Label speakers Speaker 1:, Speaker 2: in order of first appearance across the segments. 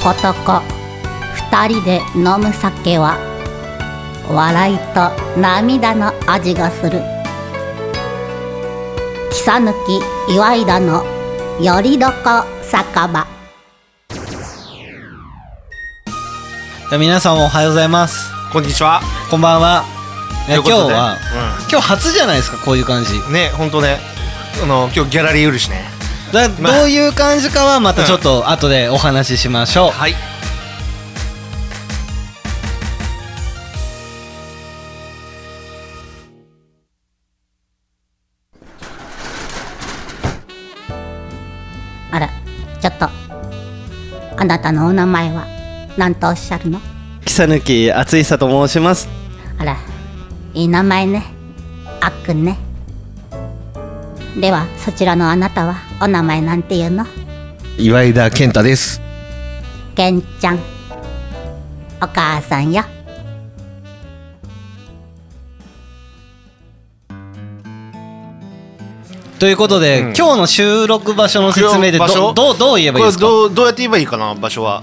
Speaker 1: 男二人で飲む酒は笑いと涙の味がする木さぬき岩井田のよりどこ酒場
Speaker 2: 皆さんおはようございます
Speaker 3: こんにちは。
Speaker 2: こんばんはね
Speaker 3: と
Speaker 2: 今
Speaker 3: いうこ
Speaker 2: 日
Speaker 3: とで
Speaker 2: は、今日初じゃないですかこういう感じ
Speaker 3: うん、ね、本当ね、あの今日ギャラリー売るしね。
Speaker 2: だ
Speaker 3: まあ
Speaker 2: どういう感じかはまたちょっと後でお話ししましょう、
Speaker 3: はい。
Speaker 1: あらちょっとあなたのお名前は何とおっしゃるの
Speaker 2: 木さぬきあついさと申します
Speaker 1: あらいい名前ねあっくんねではそちらのあなたはお名前なんていうの
Speaker 4: 岩井田健太です
Speaker 1: けんちゃんお母さんよ
Speaker 2: ということで、
Speaker 3: うん
Speaker 2: 今日の収録場所の説明で
Speaker 3: 場
Speaker 2: ど
Speaker 3: 所
Speaker 2: どうどう言えばいいで
Speaker 3: これ
Speaker 2: すか
Speaker 3: どうどうやって言えばいいかな場 所は。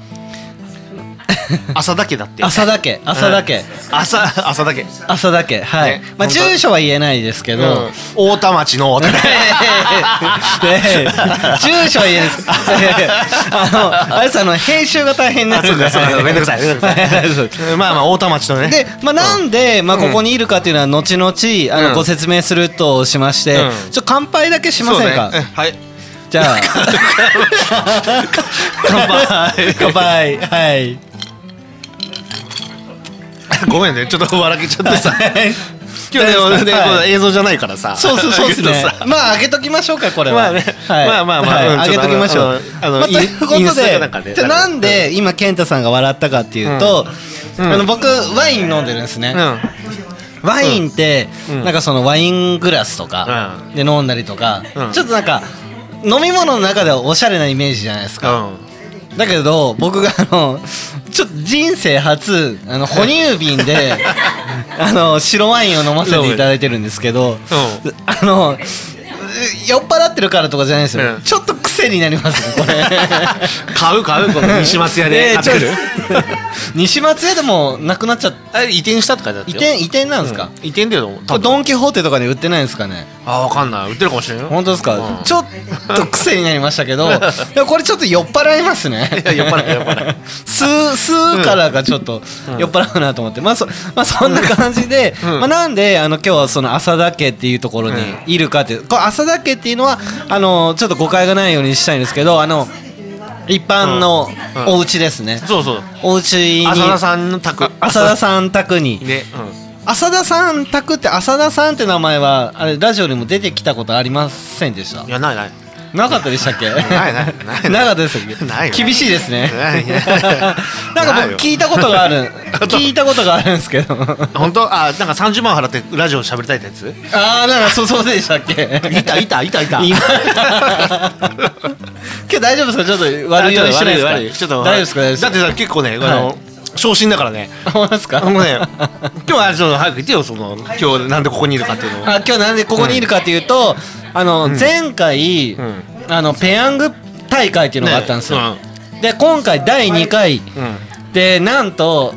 Speaker 3: 朝だけだって。
Speaker 2: 朝だけ朝だけ、
Speaker 3: 朝朝だけ。
Speaker 2: 朝だけはい、
Speaker 3: ね
Speaker 2: まあ
Speaker 3: 本当
Speaker 2: 住所は言えないですけど、
Speaker 3: うん大田町 の。
Speaker 2: ねえねえ住所は言えないですねえ あのあれさあの編集が大変になるんで
Speaker 3: あそうかそうかめんどくさいめんどくさい
Speaker 2: ははそうです
Speaker 3: うんまあまあ大田町のね。
Speaker 2: で、まあ、なんで、まあ、ここにいるかっていうのは後々あの、
Speaker 3: うん
Speaker 2: ご説明するとしまして、
Speaker 3: う
Speaker 2: ちょ
Speaker 3: ん
Speaker 2: っと乾杯だけしま
Speaker 3: そう
Speaker 2: せ
Speaker 3: ね
Speaker 2: んか、
Speaker 3: うんはい。
Speaker 2: じ ゃあ乾杯 乾杯はい
Speaker 3: ごめんね、ちょっと笑けちゃってさ。今日で
Speaker 2: 大丈夫
Speaker 3: も
Speaker 2: です
Speaker 3: ね、
Speaker 2: はい
Speaker 3: これ映像じゃないからさ。
Speaker 2: そうそうそうです
Speaker 3: だ
Speaker 2: ね
Speaker 3: けどさ
Speaker 2: まああげときましょうかこれは、
Speaker 3: まあね
Speaker 2: はい、
Speaker 3: まあまあまあうん
Speaker 2: はい、あげときましょう
Speaker 3: ちょっとあのあの
Speaker 2: まあ、と
Speaker 3: イン
Speaker 2: いうこと
Speaker 3: インスタ
Speaker 2: で
Speaker 3: かなんかね
Speaker 2: じゃあなんで今健太さんが笑ったかっていうと、あの僕ワイン飲んでるんですね、ワインって、なんかそのワイングラスとかで飲んだりとか、
Speaker 3: うん
Speaker 2: ちょっとなんか飲み物の中ではおしゃれなイメージじゃないです
Speaker 3: う
Speaker 2: か、
Speaker 3: ん。うん。
Speaker 2: だけど僕があのちょっと人生初あの哺乳瓶で あの白ワインを飲ませていただいてるんですけど、あの酔っ払ってるからとかじゃないですよ、
Speaker 3: うん
Speaker 2: ちょっと癖になりますねこれ
Speaker 3: 買う買うこの西松屋で
Speaker 2: ね
Speaker 3: 買ってくる
Speaker 2: ちょっと西松屋でもなくなっちゃっ
Speaker 3: あれ移転したとかだって
Speaker 2: 移転移転なんですか、
Speaker 3: 移転だよ
Speaker 2: これドン・キホーテとかに売ってないんですかね
Speaker 3: あわかんない売ってるかもしれないよ
Speaker 2: 本当ですか、
Speaker 3: うん
Speaker 2: ちょっと癖になりましたけ どでもこれちょっと酔っ払いますね
Speaker 3: いや酔っ払う酔っ払う
Speaker 2: 吸う吸うからがちょっと酔っ払うなと思って、まあそ,、まあ、そんな感じで、
Speaker 3: うん
Speaker 2: まあ、なんであの今日はその浅田家っていうところにいるかっていう、これ浅田家っていうのはあのちょっと誤解がないようにしたいんですけどあの一般の
Speaker 3: うんうん
Speaker 2: お家ですね、
Speaker 3: そうそう
Speaker 2: お家に
Speaker 3: 浅田さんの宅
Speaker 2: あ浅田さん宅に
Speaker 3: ね
Speaker 2: 浅田さん宅って浅田さんって名前はあれラジオにも出てきたことありませんでした
Speaker 3: うんいやないない
Speaker 2: なかったでしたっけ
Speaker 3: ないないない
Speaker 2: なかったでしたっけ
Speaker 3: ないよ
Speaker 2: 厳しいですね
Speaker 3: ないよ
Speaker 2: なんか
Speaker 3: ない
Speaker 2: 僕
Speaker 3: よ
Speaker 2: 聞いたことがあ る聞いたことがあるんですけど
Speaker 3: 本当あなんか三十万払ってラジオ喋りたいってやつ
Speaker 2: ああなんかそうそうでしたっけ
Speaker 3: いたいたいたいた
Speaker 2: 今今日大丈夫ですかちょっと悪いようにしてないですか
Speaker 3: 悪い悪いちょっ
Speaker 2: 大
Speaker 3: と
Speaker 2: 丈夫ですか大丈夫
Speaker 3: だ
Speaker 2: で
Speaker 3: って
Speaker 2: す
Speaker 3: さ結構ねあ
Speaker 2: は
Speaker 3: の昇進だか らね
Speaker 2: か本当ですか
Speaker 3: あのね今日はちょっと早く言ってよその今日なんでここにいるかっていうのを
Speaker 2: あ今日なんでここにいるかというと、あの前回、
Speaker 3: ん
Speaker 2: あのペヤング大会っていうのがあったんですよ、
Speaker 3: ね
Speaker 2: で今回第2回、
Speaker 3: うん
Speaker 2: でなんと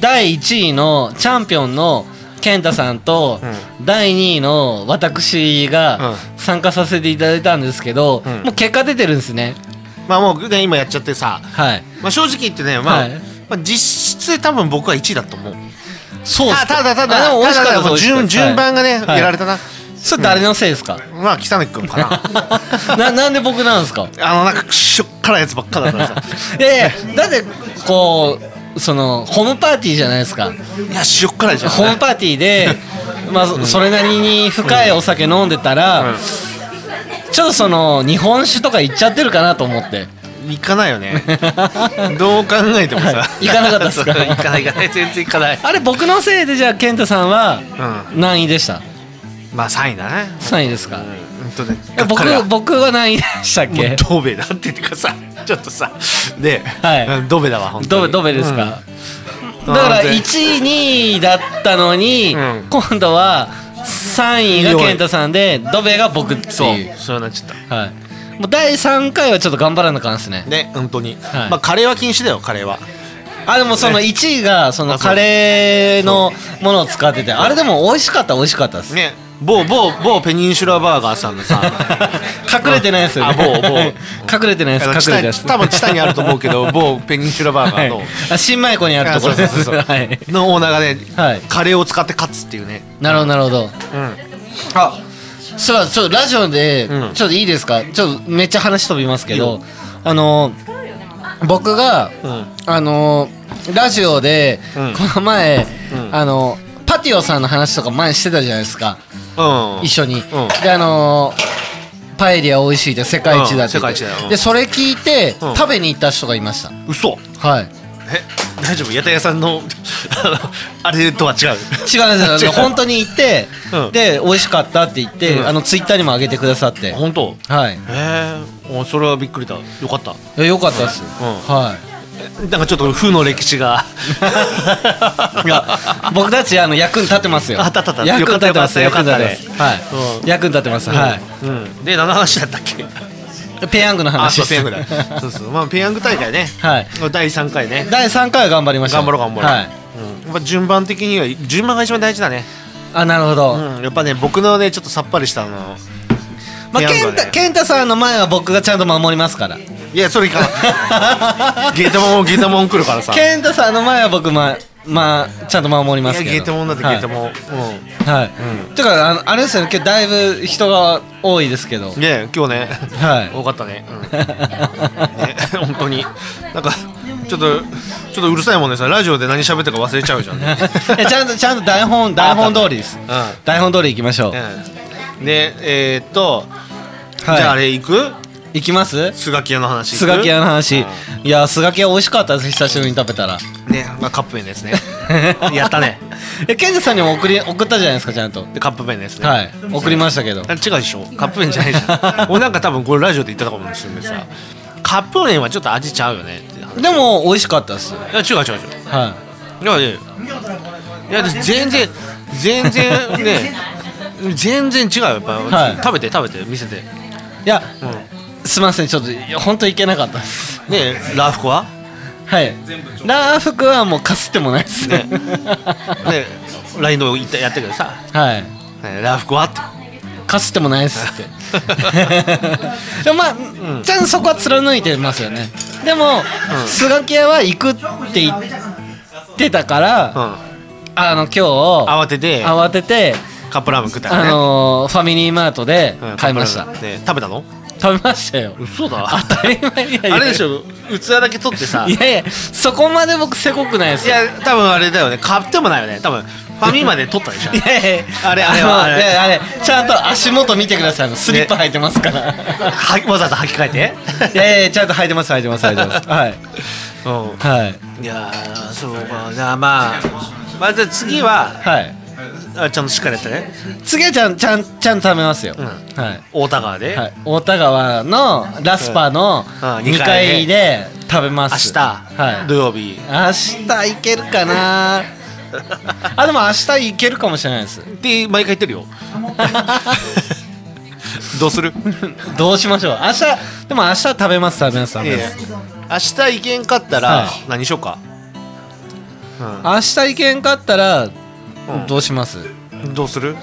Speaker 2: 第1位のチャンピオンの健太さんと、
Speaker 3: う
Speaker 2: 第2位の私
Speaker 3: う
Speaker 2: が
Speaker 3: ん
Speaker 2: 参加させていただいたんですけど、
Speaker 3: うん
Speaker 2: もう結果出てるんですね
Speaker 3: まあもうね今やっちゃってさ
Speaker 2: はい
Speaker 3: まあ正直言ってねまあ
Speaker 2: はい
Speaker 3: まあ実質多分僕は1位だと思う
Speaker 2: そうっす
Speaker 3: あただた
Speaker 2: あで
Speaker 3: だ
Speaker 2: も美味しかった
Speaker 3: ただもう
Speaker 2: です美
Speaker 3: 順
Speaker 2: 味しかった
Speaker 3: 順番がね、
Speaker 2: はい
Speaker 3: やられたな
Speaker 2: それ誰のせいですか、
Speaker 3: まあ北野君か な
Speaker 2: ななんで僕なんですか
Speaker 3: あのなんかしょっからいやつばっかだから さ
Speaker 2: いやいやだってこうそのホームパーティーじゃないですか
Speaker 3: いやしょっからいじゃん
Speaker 2: ホームパーティーで、まあ、そそれなりに深いお酒飲んでたら、
Speaker 3: うん
Speaker 2: ちょっとその日本酒とか行っちゃってるかなと思 って
Speaker 3: 行かないよねどう考えてもさ
Speaker 2: はい行かなかったっすか
Speaker 3: そう 行かない行かない全然行かない
Speaker 2: あれ僕のせいでじゃあ健太さんは何位でした、
Speaker 3: まあ3位だね
Speaker 2: 3位ですか
Speaker 3: うんとね
Speaker 2: え僕
Speaker 3: 彼はも
Speaker 2: 僕は何位でしたっ
Speaker 3: う
Speaker 2: け
Speaker 3: ドベだっていうかさちょっとさで、
Speaker 2: はい
Speaker 3: うんドベだわ本当
Speaker 2: ドベ
Speaker 3: に
Speaker 2: ドベですか、
Speaker 3: うん
Speaker 2: だから
Speaker 3: うん
Speaker 2: 1位2位だったのに、
Speaker 3: うん
Speaker 2: 今度は3位が健太さんでドベが僕って
Speaker 3: そ
Speaker 2: いう
Speaker 3: うそうなっちゃった
Speaker 2: はい、もう第3回はちょっと頑張らなあかんですね
Speaker 3: ね本当に、
Speaker 2: はい
Speaker 3: まあカレーは禁止だよカレーは
Speaker 2: あでもその1位がその
Speaker 3: あそう
Speaker 2: カレーのものを使っててあれでも美味しかった美味しかったです
Speaker 3: ね某某某ペニンシュラバーガーさんのさ
Speaker 2: 隠れてないですよね
Speaker 3: あ某某
Speaker 2: 隠れてないです隠れてないです
Speaker 3: 地下多分地下にあると思う けど某ペニンシュラバーガ
Speaker 2: は
Speaker 3: ー
Speaker 2: い
Speaker 3: の、
Speaker 2: あ新米湖にあるところです
Speaker 3: そうそうそうそ う
Speaker 2: はい
Speaker 3: のオーナーがね、
Speaker 2: はい
Speaker 3: カレーを使って勝つっていうね
Speaker 2: なるほどなるほど
Speaker 3: うん
Speaker 2: あそうだちょっとラジオで、
Speaker 3: うん
Speaker 2: ちょっといいですかちょっとめっちゃ話飛びますけどあの僕が、
Speaker 3: うん
Speaker 2: あのラジオで、
Speaker 3: うん
Speaker 2: この前、
Speaker 3: うん
Speaker 2: あのパティオさんの話とか前してたじゃないですか
Speaker 3: うん
Speaker 2: 一緒に、
Speaker 3: ん
Speaker 2: であのパエリア美味しいって世界一だって言って
Speaker 3: うん世界一だようん
Speaker 2: でそれ聞いて、
Speaker 3: うん
Speaker 2: 食べに行った人がいました
Speaker 3: 嘘
Speaker 2: はい
Speaker 3: え大丈夫屋台屋さんの あのあれとは違う
Speaker 2: 違うんですよあ
Speaker 3: 違う
Speaker 2: の本当に行って、
Speaker 3: うん
Speaker 2: で美味しかったって言って、
Speaker 3: うん
Speaker 2: あのツイッターにも上げてくださって、
Speaker 3: 本当
Speaker 2: はい
Speaker 3: えー、おそれはびっくりだよかった
Speaker 2: いや良かったです、はい
Speaker 3: なんかちょっと負の歴 史が
Speaker 2: いや僕たちあの役に立ってますよ。
Speaker 3: あ立った立った
Speaker 2: 役に立ってます。
Speaker 3: よ
Speaker 2: 役
Speaker 3: か
Speaker 2: に
Speaker 3: った
Speaker 2: 立って
Speaker 3: よか
Speaker 2: ま
Speaker 3: った
Speaker 2: す。
Speaker 3: ね
Speaker 2: はい。役に立ってます。は
Speaker 3: うん、で何の話だった っけ
Speaker 2: い。ペヤングの
Speaker 3: あ
Speaker 2: 話
Speaker 3: そう
Speaker 2: です。
Speaker 3: ペヤングだそうそうまあペヤング大会ね
Speaker 2: はい。
Speaker 3: 第3回ね
Speaker 2: 第三回は頑張りました。
Speaker 3: 頑張ろう頑張ろう、
Speaker 2: はい。
Speaker 3: うん、やっぱ順番的には順番が一番大事だね、
Speaker 2: あなるほ
Speaker 3: う
Speaker 2: ど。
Speaker 3: ん、やっぱね僕のねちょっとさっぱりしたの
Speaker 2: まあ
Speaker 3: ペヤング
Speaker 2: 健
Speaker 3: はね
Speaker 2: 太健太さんの前は僕がちゃんと守りますから。
Speaker 3: いやそれ いかんゲータモンゲータモン来るからさ
Speaker 2: 健太さんの前は僕まあまあちゃんと守りますけど。
Speaker 3: いやゲータモンだってゲータ
Speaker 2: ン。
Speaker 3: モン、
Speaker 2: はい。てかあのあれですよね。今日だいぶ人が多いですけど
Speaker 3: うん。ね今日ね、
Speaker 2: はい
Speaker 3: 多かったね,、うん、ね 本当になんかちょっとちょっとうるさいもんでさラジオで何喋ったか忘れちゃうじ ゃんね、
Speaker 2: いやちゃんとちゃんと台 本台本通りです。
Speaker 3: う
Speaker 2: 台本通り行きましょう。
Speaker 3: ん、でえー、っと、
Speaker 2: はい
Speaker 3: じゃああれ行く
Speaker 2: 行きます？
Speaker 3: スガキ屋の話行く
Speaker 2: スガキ屋の話
Speaker 3: う
Speaker 2: いやスガキ屋美味しかったです久しぶりに食べたら
Speaker 3: ね、まあ、カップ麺のやつ ね やったね
Speaker 2: えケンジさんにも送り送ったじゃないですかちゃんと
Speaker 3: でカップ麺のやつね、
Speaker 2: はい送りましたけど
Speaker 3: あれ違うでしょカップ麺じゃないじ ゃん俺なんか多分これラジオで言ってたかもしれないけどさカップ麺はちょっと味ちゃうよねっていう話い
Speaker 2: でも美味しかったです
Speaker 3: や違う違う違う
Speaker 2: はい
Speaker 3: やいやいやいや全然全然ね全然違うよやっぱ、
Speaker 2: はい
Speaker 3: 食べて食べて見せて、
Speaker 2: いいや
Speaker 3: うん、
Speaker 2: すいませんちょっといや本当いけなかったです
Speaker 3: ねラフコは
Speaker 2: はいラー服はもうかすってもないです ね
Speaker 3: ねね LINE の言ったやったけどさ、
Speaker 2: はい
Speaker 3: ねラフコはって
Speaker 2: かすってもないです ってでもまあ、ちゃんとそこは貫いてますよねでも、スガキ屋は行くって言ってたから、
Speaker 3: うん
Speaker 2: あの今日
Speaker 3: 慌てて
Speaker 2: 慌てて、
Speaker 3: カップラーメン食ったか
Speaker 2: あ
Speaker 3: らね、
Speaker 2: のーファミリーマートで
Speaker 3: うん
Speaker 2: 買いました、
Speaker 3: カップラーメンね食べたの
Speaker 2: 食べましたよ
Speaker 3: 嘘だ
Speaker 2: 当たり前いやいや
Speaker 3: あれでしょ器だけ取ってさ
Speaker 2: いやいやそこまで僕せこくないです
Speaker 3: い
Speaker 2: よ
Speaker 3: や多分あれだよね買ってもないよね多分ファミマで取ったでしょ
Speaker 2: いやいや
Speaker 3: あれあれは
Speaker 2: の
Speaker 3: あれ
Speaker 2: いやあれちゃんと足元見てくださいあのスリッパ履いてますから、
Speaker 3: はわざわざ履き替えて
Speaker 2: いやいやちゃんと履いてます履いてます履いてますはい
Speaker 3: うん
Speaker 2: はい
Speaker 3: いやーそうかじゃあまあまあじゃあ次は
Speaker 2: はい
Speaker 3: あちゃんとしっかりやってね
Speaker 2: 次はちゃんちゃんちゃんと食べますよ、
Speaker 3: うん
Speaker 2: はい
Speaker 3: 太田川で、
Speaker 2: はい、太田川のラスパの
Speaker 3: うんうん
Speaker 2: 2階で食べます
Speaker 3: 明日、
Speaker 2: はい
Speaker 3: 土曜日
Speaker 2: 明日行けるか なあでも明日行けるかもしれないです
Speaker 3: って毎回言って るよどうする
Speaker 2: どうしましょう明日でも明日食べます食べます食べ
Speaker 3: いやい
Speaker 2: ま
Speaker 3: や
Speaker 2: す
Speaker 3: 明日行けんかったら、
Speaker 2: はい
Speaker 3: 何しようか、うん
Speaker 2: 明日行けんかったら
Speaker 3: うん
Speaker 2: どうします
Speaker 3: どうする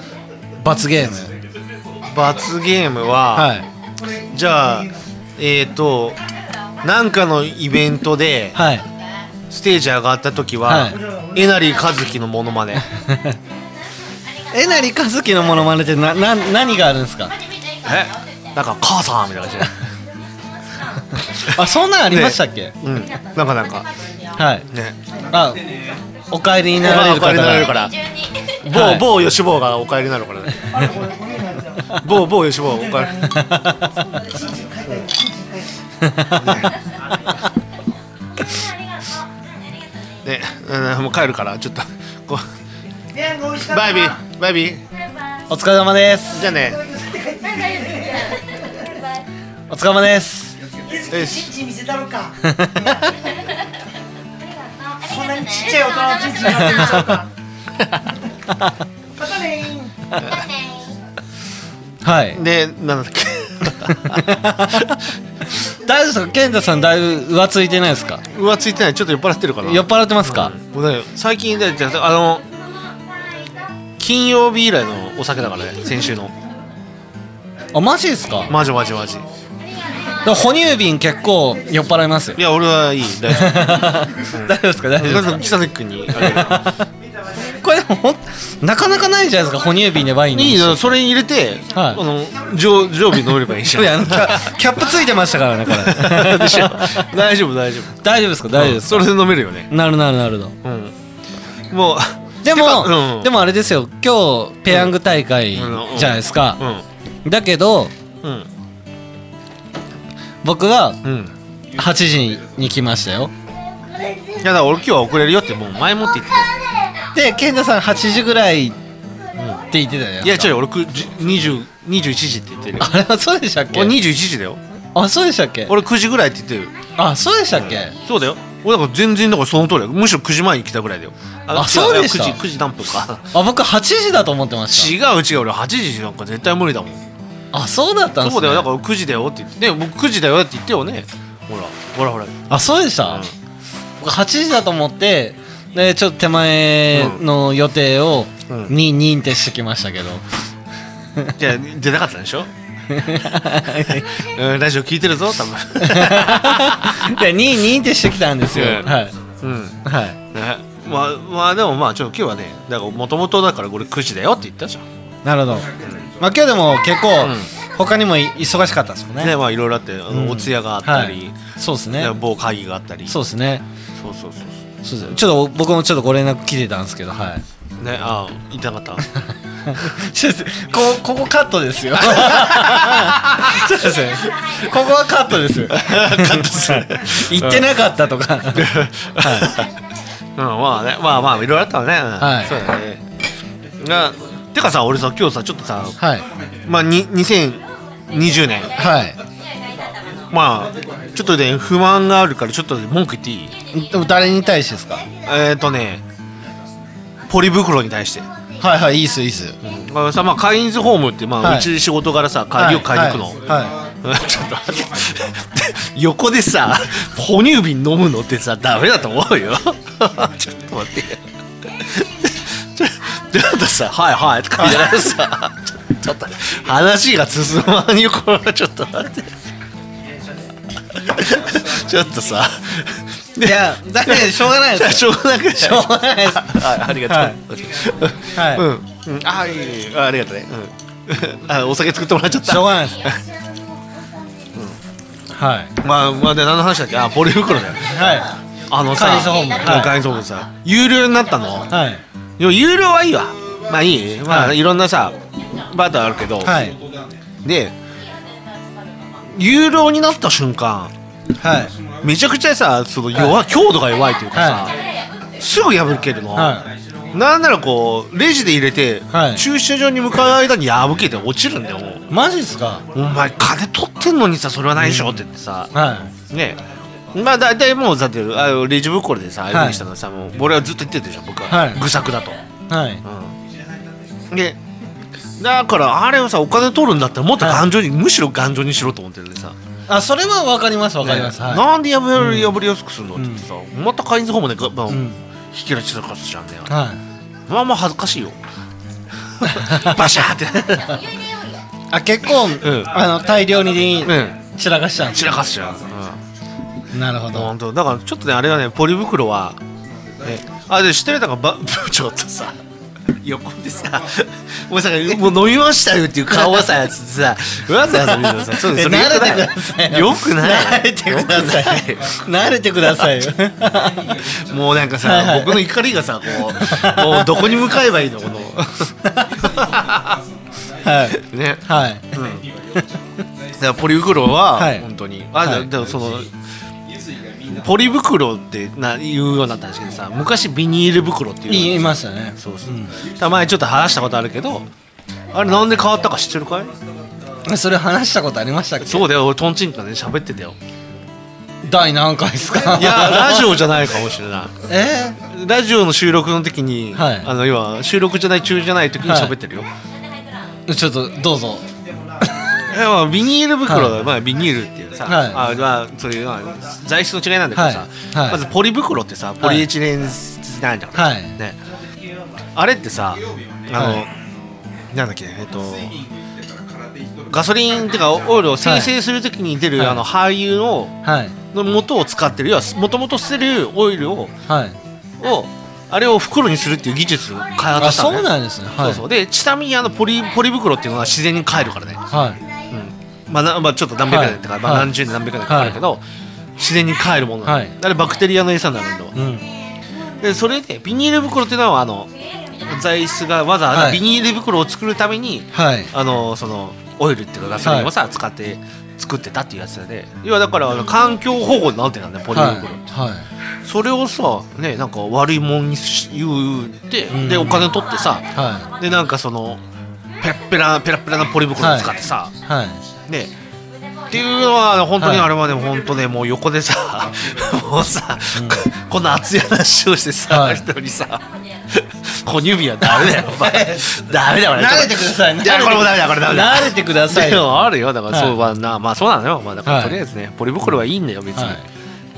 Speaker 2: 罰ゲーム
Speaker 3: 罰ゲームは、
Speaker 2: はい
Speaker 3: じゃあえっ、ー、となんかのイベントで
Speaker 2: はい
Speaker 3: ステージ上がった時は、えなりかずきのモノマネ
Speaker 2: えなりかずきのモノマネってなな何があるんですか
Speaker 3: えなんか母さんみたいな感
Speaker 2: あそんなんありましたっけ、
Speaker 3: じで、うん、なんかなんか
Speaker 2: はい
Speaker 3: ね
Speaker 2: あお帰りになられる
Speaker 3: お帰りになられる
Speaker 2: 方が
Speaker 3: から某、
Speaker 2: はい
Speaker 3: 某吉坊がお帰りになるからね某某吉坊お帰りね、うん、もう帰るからちょっとこうバイビーバイビー
Speaker 2: お疲れ様です
Speaker 3: じゃあね
Speaker 2: お疲れ様 です
Speaker 3: よ
Speaker 5: ち
Speaker 3: し
Speaker 5: んちん見せたろか。こんなにちっちゃい大人のちんちんになってるんちゃうか。またねー。
Speaker 2: はい
Speaker 3: でなんだっけ
Speaker 2: 大丈夫ですか健太さんだいぶ浮ついてないですか
Speaker 3: うわついてないちょっと酔っ払ってるかな
Speaker 2: 酔っ払ってますか、
Speaker 3: もうね最近だってあの金曜日以来のお酒だからね先週の
Speaker 2: あマジですか、
Speaker 3: マジマジマジ
Speaker 2: でも哺乳瓶結構酔っ払いますよ
Speaker 3: いや俺はいい大丈
Speaker 2: 大丈夫ですか大丈夫です
Speaker 3: 夫キサネックにあげる
Speaker 2: かこれでもほんなかなかないじゃないですか哺乳瓶でワイン飲む
Speaker 3: いい
Speaker 2: 人
Speaker 3: なそれに入れて、
Speaker 2: はい
Speaker 3: あの常常備飲めればいいじ
Speaker 2: いやあ
Speaker 3: ゃん
Speaker 2: のキャキャップついてましたからね これ
Speaker 3: でしょ大丈夫大丈夫
Speaker 2: 大丈夫ですか大丈夫ですか
Speaker 3: それで飲めるよね
Speaker 2: なるなるなるの
Speaker 3: うんもう
Speaker 2: でも、
Speaker 3: てかうん
Speaker 2: でもあれですよ今日ペヤング大会じ
Speaker 3: うん
Speaker 2: ゃないですか、
Speaker 3: うん
Speaker 2: だけど
Speaker 3: うん
Speaker 2: 僕が
Speaker 3: うん
Speaker 2: 8時に来ましたよ
Speaker 3: いやだから俺今日は遅れるよってもう前もって言ってた
Speaker 2: で健太さん8時ぐらいって言ってたじゃない
Speaker 3: よいや
Speaker 2: ですか
Speaker 3: 違うよ俺くじ20 21時って言ってるよ
Speaker 2: あれはそうでしたっけ
Speaker 3: 俺21時だよ
Speaker 2: あそうでしたっけ
Speaker 3: 俺9時ぐらいって言ってるよ
Speaker 2: あそうでしたっけ、
Speaker 3: そうだよ俺だから全然だからその通りだよむしろ9時前に来たぐらいだよ
Speaker 2: あそうでした
Speaker 3: 9, 時9時何分か
Speaker 2: あ僕8時だと思ってました
Speaker 3: 違う違う俺8時なんか絶対無理だもん
Speaker 2: あそうだったんです、ね、
Speaker 3: そうだよだから9時だよって言ってね僕9時だよって言ってよねほらほらほら
Speaker 2: あそうでした、
Speaker 3: うん
Speaker 2: 僕8時だと思ってでちょっと手前の予定を
Speaker 3: うん
Speaker 2: にんにんってしてきましたけど、
Speaker 3: じゃあ出なかったんでし ょうんラジオ聞いてるぞ多分
Speaker 2: でにんにんってしてきたんですよ、
Speaker 3: うん
Speaker 2: はい
Speaker 3: うん
Speaker 2: はい
Speaker 3: ねまあまあでもまあちょっと今日はねだからもともとだからこれ9時だよって言ったじゃん
Speaker 2: なるほど、まあ今日でも結構、
Speaker 3: う
Speaker 2: 他にもい忙しかったですもんね
Speaker 3: ねまあいろいろあってあの、
Speaker 2: うん
Speaker 3: お通夜があったり、
Speaker 2: はい、そうですね
Speaker 3: ね某会議があったり
Speaker 2: そうですね
Speaker 3: そうそうそうそ
Speaker 2: そうですちょっと僕もちょっとご連絡来てたんですけどはいう
Speaker 3: ねああ言いたかった
Speaker 2: ちょっとこここカットですよ ちょっとですねここはカットです よ
Speaker 3: カットする
Speaker 2: 言ってなかったとか
Speaker 3: はい、うん、まあねまあまあいろいろあったわね、うん
Speaker 2: はい
Speaker 3: そうだねがてかさ俺さ今日さちょっとさ、
Speaker 2: はい
Speaker 3: まあ、に2020年
Speaker 2: はい
Speaker 3: まあちょっとね不満があるからちょっと文句言っていい
Speaker 2: でも誰に対してですかは
Speaker 3: えっ、ー、とねポリ袋に対して、
Speaker 2: いはいいいっすいいっす
Speaker 3: まあ、さまあカインズホームって、まあ
Speaker 2: はいう
Speaker 3: ち仕事柄さ鍵を買いに行くの、
Speaker 2: はいは
Speaker 3: うん ちょっと待って横でさ哺乳瓶飲むのってさダメだと思うよ ちょっと待ってちょちょっとさ「はいはい」とか言いながらさちょっと話が進まんよこれちょっと待ってちょっとさ
Speaker 2: いいやだけど しょうがないです
Speaker 3: しょうがなくない
Speaker 2: しょうがないです
Speaker 3: はいありがとう、
Speaker 2: は
Speaker 3: う
Speaker 2: い
Speaker 3: んうんあいいいいあありがとうね、うん、あお酒作ってもらっちゃった
Speaker 2: しょうがないですはい
Speaker 3: まあまあで何の話だっけあポリ袋だよ
Speaker 2: は
Speaker 3: あのさ、
Speaker 2: 会員総務はい
Speaker 3: 会員総務さ、有料になったの
Speaker 2: い。はい
Speaker 3: でも有料はいいわ。まあいい。まあ、
Speaker 2: はい
Speaker 3: い、ろんなさ、バーターあるけど、
Speaker 2: はい
Speaker 3: で、有料になった瞬間、
Speaker 2: はい
Speaker 3: めちゃくちゃさ、その弱、強度が弱いというかさ、
Speaker 2: は
Speaker 3: すぐ破けるの。
Speaker 2: はい
Speaker 3: なんならこうレジで入れて、
Speaker 2: はい
Speaker 3: 駐車場に向かう間に破けて落ちるんだよもう
Speaker 2: マジっすか
Speaker 3: お前金取ってんのにさそれはないでしょって言ってさ、
Speaker 2: は
Speaker 3: ねまあ大体もうだってあのレジ袋でさああいうふうにしたのさ、もう俺はずっと言ってたでしょ僕は、
Speaker 2: はい
Speaker 3: 愚策だと、
Speaker 2: いはい
Speaker 3: うん、でだからあれをさお金取るんだったらもっと頑丈に、むしろ頑丈にしろと思ってるんでさ
Speaker 2: あそれはわかりますわかります
Speaker 3: ね
Speaker 2: はい
Speaker 3: なんで破れ破りやすくするのって言ってさ、またカインズホームでが、まあ
Speaker 2: ん
Speaker 3: 引き出しとかすじゃんね、
Speaker 2: はい
Speaker 3: まあまあ恥ずかし いよバシャーって
Speaker 2: あ結構
Speaker 3: ん
Speaker 2: あの大量に
Speaker 3: う
Speaker 2: 散らかしたんです
Speaker 3: 散らかすじゃん、うん
Speaker 2: なるほど
Speaker 3: 本当だからちょっとねあれはねポリ袋は、ね、あで知ってるだからば ちょっとさ横でさ「もうさもう飲みましたよ」っていう顔をさつってさわざわざ見るのさちょっとそれ
Speaker 2: え
Speaker 3: よく
Speaker 2: 慣れ
Speaker 3: な
Speaker 2: て
Speaker 3: い
Speaker 2: くださいよ
Speaker 3: よくない
Speaker 2: 慣れてください慣れてくださいよ
Speaker 3: もうなんかさ、
Speaker 2: はいはい
Speaker 3: 僕の怒りがさこうもうどこに向かえばいいのこの
Speaker 2: はい
Speaker 3: ね
Speaker 2: はい
Speaker 3: だからポリ袋は
Speaker 2: はい
Speaker 3: 本当に、あだ
Speaker 2: はい
Speaker 3: だからそのポリ袋ってな言うようになったんですけどさ昔ビニール袋っていうのが
Speaker 2: 言いましたね
Speaker 3: そうそう、た前ちょっと話したことあるけどあれなんで変わったか知ってるかい
Speaker 2: それ話したことありましたっけ
Speaker 3: そうだよ俺トンチンカンで喋ってた よ
Speaker 2: 第何回ですか
Speaker 3: いやラジオじゃないかもしれな
Speaker 2: え
Speaker 3: いラジオの収録の時に、
Speaker 2: はい
Speaker 3: あの要は収録じゃない中じゃない時に
Speaker 2: はい
Speaker 3: 喋ってるよ、
Speaker 2: ーちょっとどうぞ
Speaker 3: いやまあビニール袋が、まあ、ビニールっていうさ、
Speaker 2: はい
Speaker 3: あまあ、そういう、まあ、材質の違いなんだけどさ、
Speaker 2: はいはい
Speaker 3: まずポリ袋ってさポリエチレンなんだから、
Speaker 2: はい
Speaker 3: ね、あれってさあの、
Speaker 2: は
Speaker 3: なんだっけえっとガソリンっていうかオイルを生成するときに出る、
Speaker 2: はい
Speaker 3: あの廃油の
Speaker 2: はい
Speaker 3: の元を使ってる要はもともと捨てるオイルを
Speaker 2: はい
Speaker 3: をあれを袋にするっていう技術を開
Speaker 2: あ
Speaker 3: 発した
Speaker 2: そ
Speaker 3: のね
Speaker 2: うなんですねは
Speaker 3: そ
Speaker 2: いう
Speaker 3: そうでちなみにあのポリポリ袋っていうのは自然に帰るからね、
Speaker 2: はい
Speaker 3: うんまあなまあ、ちょっと何百年ってか、
Speaker 2: はい
Speaker 3: まあ、
Speaker 2: はい
Speaker 3: 何十年何百年かかるけど、自然に帰るものなの、
Speaker 2: はい
Speaker 3: あれバクテリアの餌になるんだわ
Speaker 2: うん
Speaker 3: でそれでビニール袋っていうのはあの材質がわざわざ
Speaker 2: はい
Speaker 3: ビニール袋を作るために、
Speaker 2: はい
Speaker 3: あのそのオイルっていうかガソリンをさ、使って作ってたっていうやつで要はだからあの環境保護になってたんだよポリ
Speaker 2: はい
Speaker 3: 袋、
Speaker 2: はい
Speaker 3: それをさねなんか悪いもんにし言うって、
Speaker 2: ん
Speaker 3: でお金取ってさ
Speaker 2: は
Speaker 3: でなんかそのペッペラペラペラなポリ袋を使ってさ、
Speaker 2: いはい
Speaker 3: ねっていうのは本当に
Speaker 2: はい
Speaker 3: あれはね、本当ねもう横で さもうさ、こんな熱い話をしてさ、
Speaker 2: はい
Speaker 3: 人にさ哺乳瓶はダメだよお 前ダメだよ
Speaker 2: 慣れてください
Speaker 3: いやこれもダメだこれダメだ
Speaker 2: 慣れてください
Speaker 3: でもあるよだから、
Speaker 2: はい
Speaker 3: そうまあなまあそうなのよ、まあ、だから
Speaker 2: はい
Speaker 3: とりあえずねポリ袋はいいんだよ別に、
Speaker 2: はい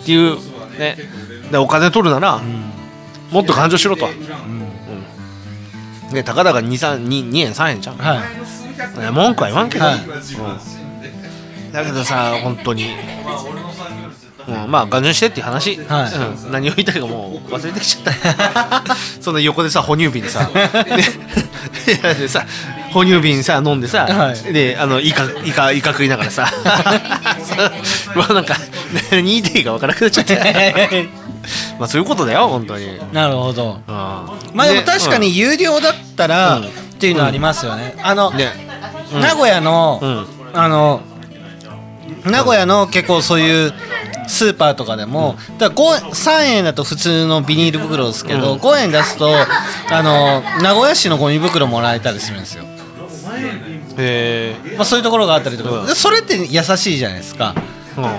Speaker 3: っていうねでお金取るなら、もっと勘定しろと、うんねたかだか 2, 3 2, 2円3円じゃん、
Speaker 2: はい
Speaker 3: ね文句は言わんけど、
Speaker 2: はい
Speaker 3: うんだけどさ本当に、うん、まあ頑丈にしてっていう話、
Speaker 2: はい
Speaker 3: うん何を言いたいかもう忘れてきちゃった その横でさ哺乳瓶で さでいやでさ哺乳瓶さ飲んでさ、
Speaker 2: はい
Speaker 3: であのイカイカイカ食いなが らさそううわなんか何言っていいか分からなくなっちゃって まあそういうことだよ本当に、うん、
Speaker 2: なるほどま
Speaker 3: ま
Speaker 2: あでも確かに有料だったら
Speaker 3: うん
Speaker 2: っていうのはありますよねあの
Speaker 3: ねうん
Speaker 2: 名古屋の
Speaker 3: うん
Speaker 2: あの名古屋の結構そういうスーパーとかでも、だから5 3円だと普通のビニール袋ですけど、5円出すとあの名古屋市のゴミ袋もらえたりするんですよ、
Speaker 3: え
Speaker 2: まあ、そういうところがあったりとか、
Speaker 3: うん
Speaker 2: でそれって優しいじゃないですか
Speaker 3: ーうん
Speaker 2: は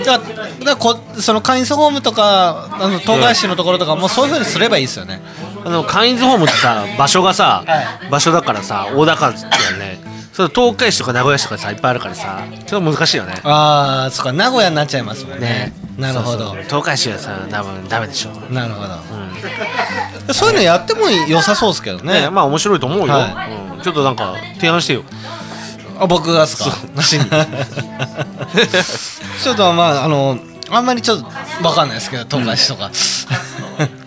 Speaker 2: いだからだからこその簡易ソホームとかあの東海市のところとかもそういうふうにすればいいですよね、
Speaker 3: あのカインズホームってさ場所がさ、
Speaker 2: は
Speaker 3: 場所だからさ大高ってよねそれ東海市とか名古屋市とかさいっぱいあるからさちょっと難しいよね
Speaker 2: ああそっか名古屋になっちゃいますもんね
Speaker 3: ね
Speaker 2: なるほど
Speaker 3: そうそう東海市はさ多分ダメでしょ、う
Speaker 2: なるほ
Speaker 3: ん
Speaker 2: どそういうのやっても良さそうですけどね
Speaker 3: ねまあ面白いと思うよ、
Speaker 2: は
Speaker 3: うんちょっとなんか提案してよ
Speaker 2: あ僕がっすか
Speaker 3: 死 に
Speaker 2: ちょっとまああのあんまりちょっとわかんないですけど東海市とか、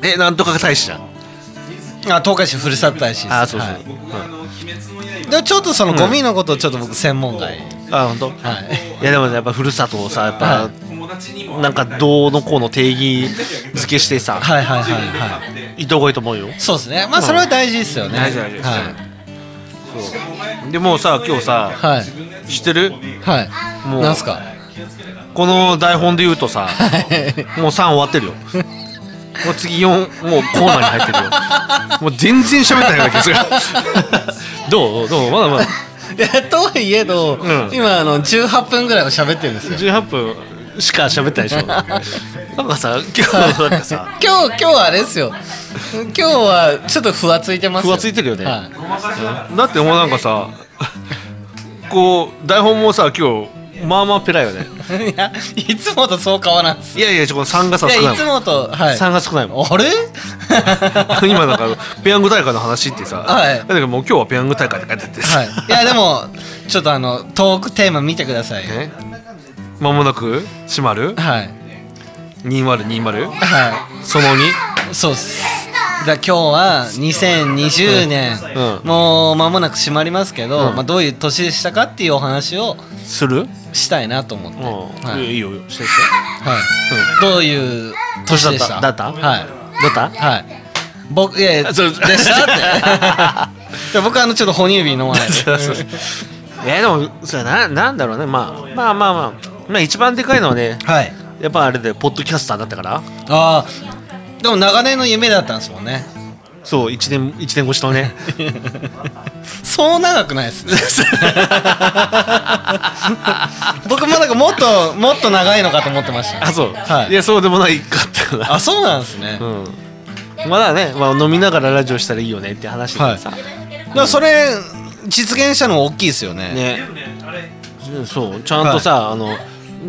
Speaker 3: えなんとか大使じゃん
Speaker 2: あ東海市ふるさと大使です
Speaker 3: あそうそう、
Speaker 2: は
Speaker 3: うん
Speaker 2: いでもちょっとそのゴミのことをちょっと僕専門外、
Speaker 3: あ本当、
Speaker 2: はい
Speaker 3: いやでもねやっぱふるさとをさやっぱ、
Speaker 2: は
Speaker 3: なんかどうのこうの定義付けしてさ、
Speaker 2: はいはいはいはい
Speaker 3: い、いとこいいと思うよ
Speaker 2: そうですねまあそれは大事ですよね、
Speaker 3: 大事大事
Speaker 2: はい
Speaker 3: そうでもうさ今日さ、
Speaker 2: はい
Speaker 3: 知ってる
Speaker 2: はい
Speaker 3: もう
Speaker 2: なんす か
Speaker 3: この台本で言うと
Speaker 2: は
Speaker 3: さ
Speaker 2: い
Speaker 3: もう3終わってるよもう次4もうコーナーに入ってるよもう全然喋ってないわけですがどうどうまだまだ
Speaker 2: いやとはいえど、
Speaker 3: ん
Speaker 2: 今あの18分ぐらいは喋ってるんですよ
Speaker 3: 18分しか喋ってないでしょなんかさ今日なんかさ
Speaker 2: 今日今日はあれですよ今日はちょっとふわついてますよ
Speaker 3: ふわついてるよね
Speaker 2: はい
Speaker 3: だってもうなんかさこう台本もさ今日まあまあペラよね
Speaker 2: いや、いつもとそう変わらんっす。
Speaker 3: いやいやちょこの3がさ
Speaker 2: い
Speaker 3: 少な
Speaker 2: や、
Speaker 3: い
Speaker 2: いつ
Speaker 3: もん
Speaker 2: もと、はい。
Speaker 3: 3が少ないもん
Speaker 2: あれ
Speaker 3: 今なんかペヤング大会の話ってさ、
Speaker 2: はい
Speaker 3: だけどもう今日はペヤング大会って書いてあってさ、
Speaker 2: はい。いや、でも、ちょっとあの、トークテーマ見てくださいよ。
Speaker 3: ねまもなく閉まる
Speaker 2: はい。
Speaker 3: 2020
Speaker 2: は
Speaker 3: その2
Speaker 2: い。そうっす。だ今日は2020年、
Speaker 3: うんうん
Speaker 2: もう間もなく閉まりますけど、
Speaker 3: うん
Speaker 2: まあ、どういう年でしたかっていうお話を
Speaker 3: する
Speaker 2: したいなと思って、
Speaker 3: うん、、
Speaker 2: はいい
Speaker 3: いよいいよしてし
Speaker 2: はいどういう
Speaker 3: 年
Speaker 2: 年で
Speaker 3: だった
Speaker 2: した
Speaker 3: だった
Speaker 2: はい
Speaker 3: てどうだっ
Speaker 2: はい僕いやいや
Speaker 3: あ
Speaker 2: で
Speaker 3: そう
Speaker 2: したっていや僕あのちょっと哺乳瓶飲まないで
Speaker 3: たえー、でもそうやななんだろうね、まあ、まあまあまあまあ一番でかいの はね
Speaker 2: はい
Speaker 3: やっぱあれでポッドキャスターだったから
Speaker 2: ああでも長年の夢だったんですもんね
Speaker 3: そう1年一年越しのね
Speaker 2: そう長くないですね僕もなんかもっともっと長いのかと思ってました
Speaker 3: あそう、
Speaker 2: はい
Speaker 3: いやそうでもないかったから
Speaker 2: あそうなんですね、
Speaker 3: うんまだね、まあ、飲みながらラジオしたらいいよねって話だからさ、
Speaker 2: だからそれ実現したの大きいですよね
Speaker 3: ねそうちゃんとさ、あの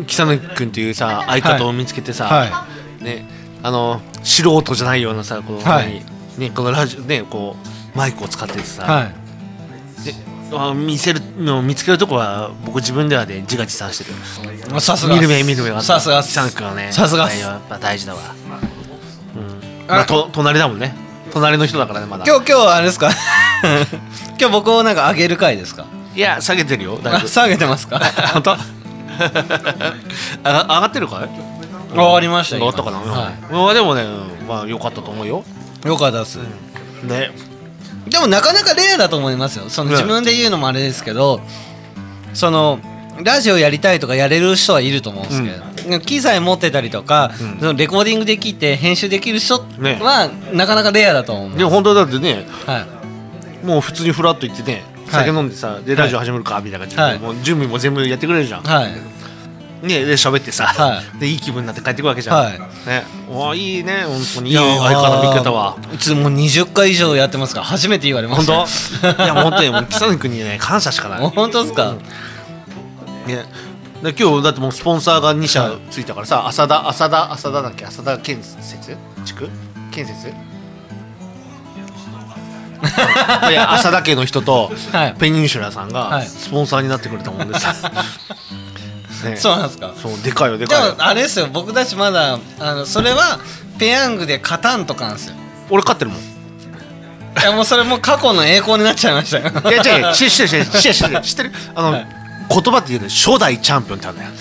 Speaker 3: 木更木君っていうさ相方を見つけてさ、
Speaker 2: は
Speaker 3: ねあの素人じゃないようなさこの、
Speaker 2: はい
Speaker 3: ねこのラジオねこうマイクを使っててさ、
Speaker 2: はい
Speaker 3: であ見せるの見つけるとこは僕自分ではね自画自賛してる
Speaker 2: さすが
Speaker 3: 見る目見る目が
Speaker 2: さすがっす
Speaker 3: サンクはね
Speaker 2: さすがっす
Speaker 3: やっぱ大事だわ、うんまあ、と隣だもんね隣の人だからねまだ
Speaker 2: 今日今日あれですか 今日僕をなんか上げる回ですか
Speaker 3: いや下げてるよだい
Speaker 2: あ
Speaker 3: ぶ
Speaker 2: 下げてますか
Speaker 3: 本当あ上がってるかい
Speaker 2: 終わりました
Speaker 3: 上がったかな、
Speaker 2: は
Speaker 3: まあでもね、うんまあ良かったと思う よ
Speaker 2: い、よかったです、
Speaker 3: ね
Speaker 2: でもなかなかレアだと思いますよその
Speaker 3: ね
Speaker 2: 自分で言うのもあれですけど、そのラジオやりたいとかやれる人はいると思うんですけど、機材持ってたりとか、
Speaker 3: うん
Speaker 2: そのレコーディングできて編集できる人
Speaker 3: ね
Speaker 2: は、なかなかレアだと思う、
Speaker 3: でも本当だってね
Speaker 2: は
Speaker 3: もう普通にフラッと行ってね
Speaker 2: はい
Speaker 3: 酒飲んでさ、でラジオ始めるかみたいな感じで、
Speaker 2: はい
Speaker 3: もう準備も全部やってくれるじゃん、
Speaker 2: い、はい、
Speaker 3: ねで喋ってさ、、
Speaker 2: はい
Speaker 3: でいい気分になって帰ってくるわけじゃん、
Speaker 2: はい
Speaker 3: ねわあいいね本当にいい相方の見方は
Speaker 2: うちもう20回以上やってますから初めて言われま
Speaker 3: 本
Speaker 2: した
Speaker 3: 当いや本当にもう北野君にね感謝しかない、ね、
Speaker 2: 本当ですか
Speaker 3: で今日だってもうスポンサーが2社ついたからさ浅田浅田浅田だっけ浅田建設地区建設いや浅田家の人と
Speaker 2: はい
Speaker 3: ペニンシュラさん
Speaker 2: は
Speaker 3: が
Speaker 2: い
Speaker 3: スポンサーになってくれたもんです、 ね
Speaker 2: そうなんですか
Speaker 3: そうでかいよで
Speaker 2: で
Speaker 3: かいよ
Speaker 2: もあれですよ僕たちまだあのそれはペヤングで勝たんとかなんですよ
Speaker 3: 俺勝って るもん
Speaker 2: いやもうそれもう過去の栄光になっちゃいましたよ
Speaker 3: いや違う 違う知ってる知ってる知ってる知ってる知ってるあの、
Speaker 2: はい
Speaker 3: 言葉って言うの初代チャンピオンってあるんだよ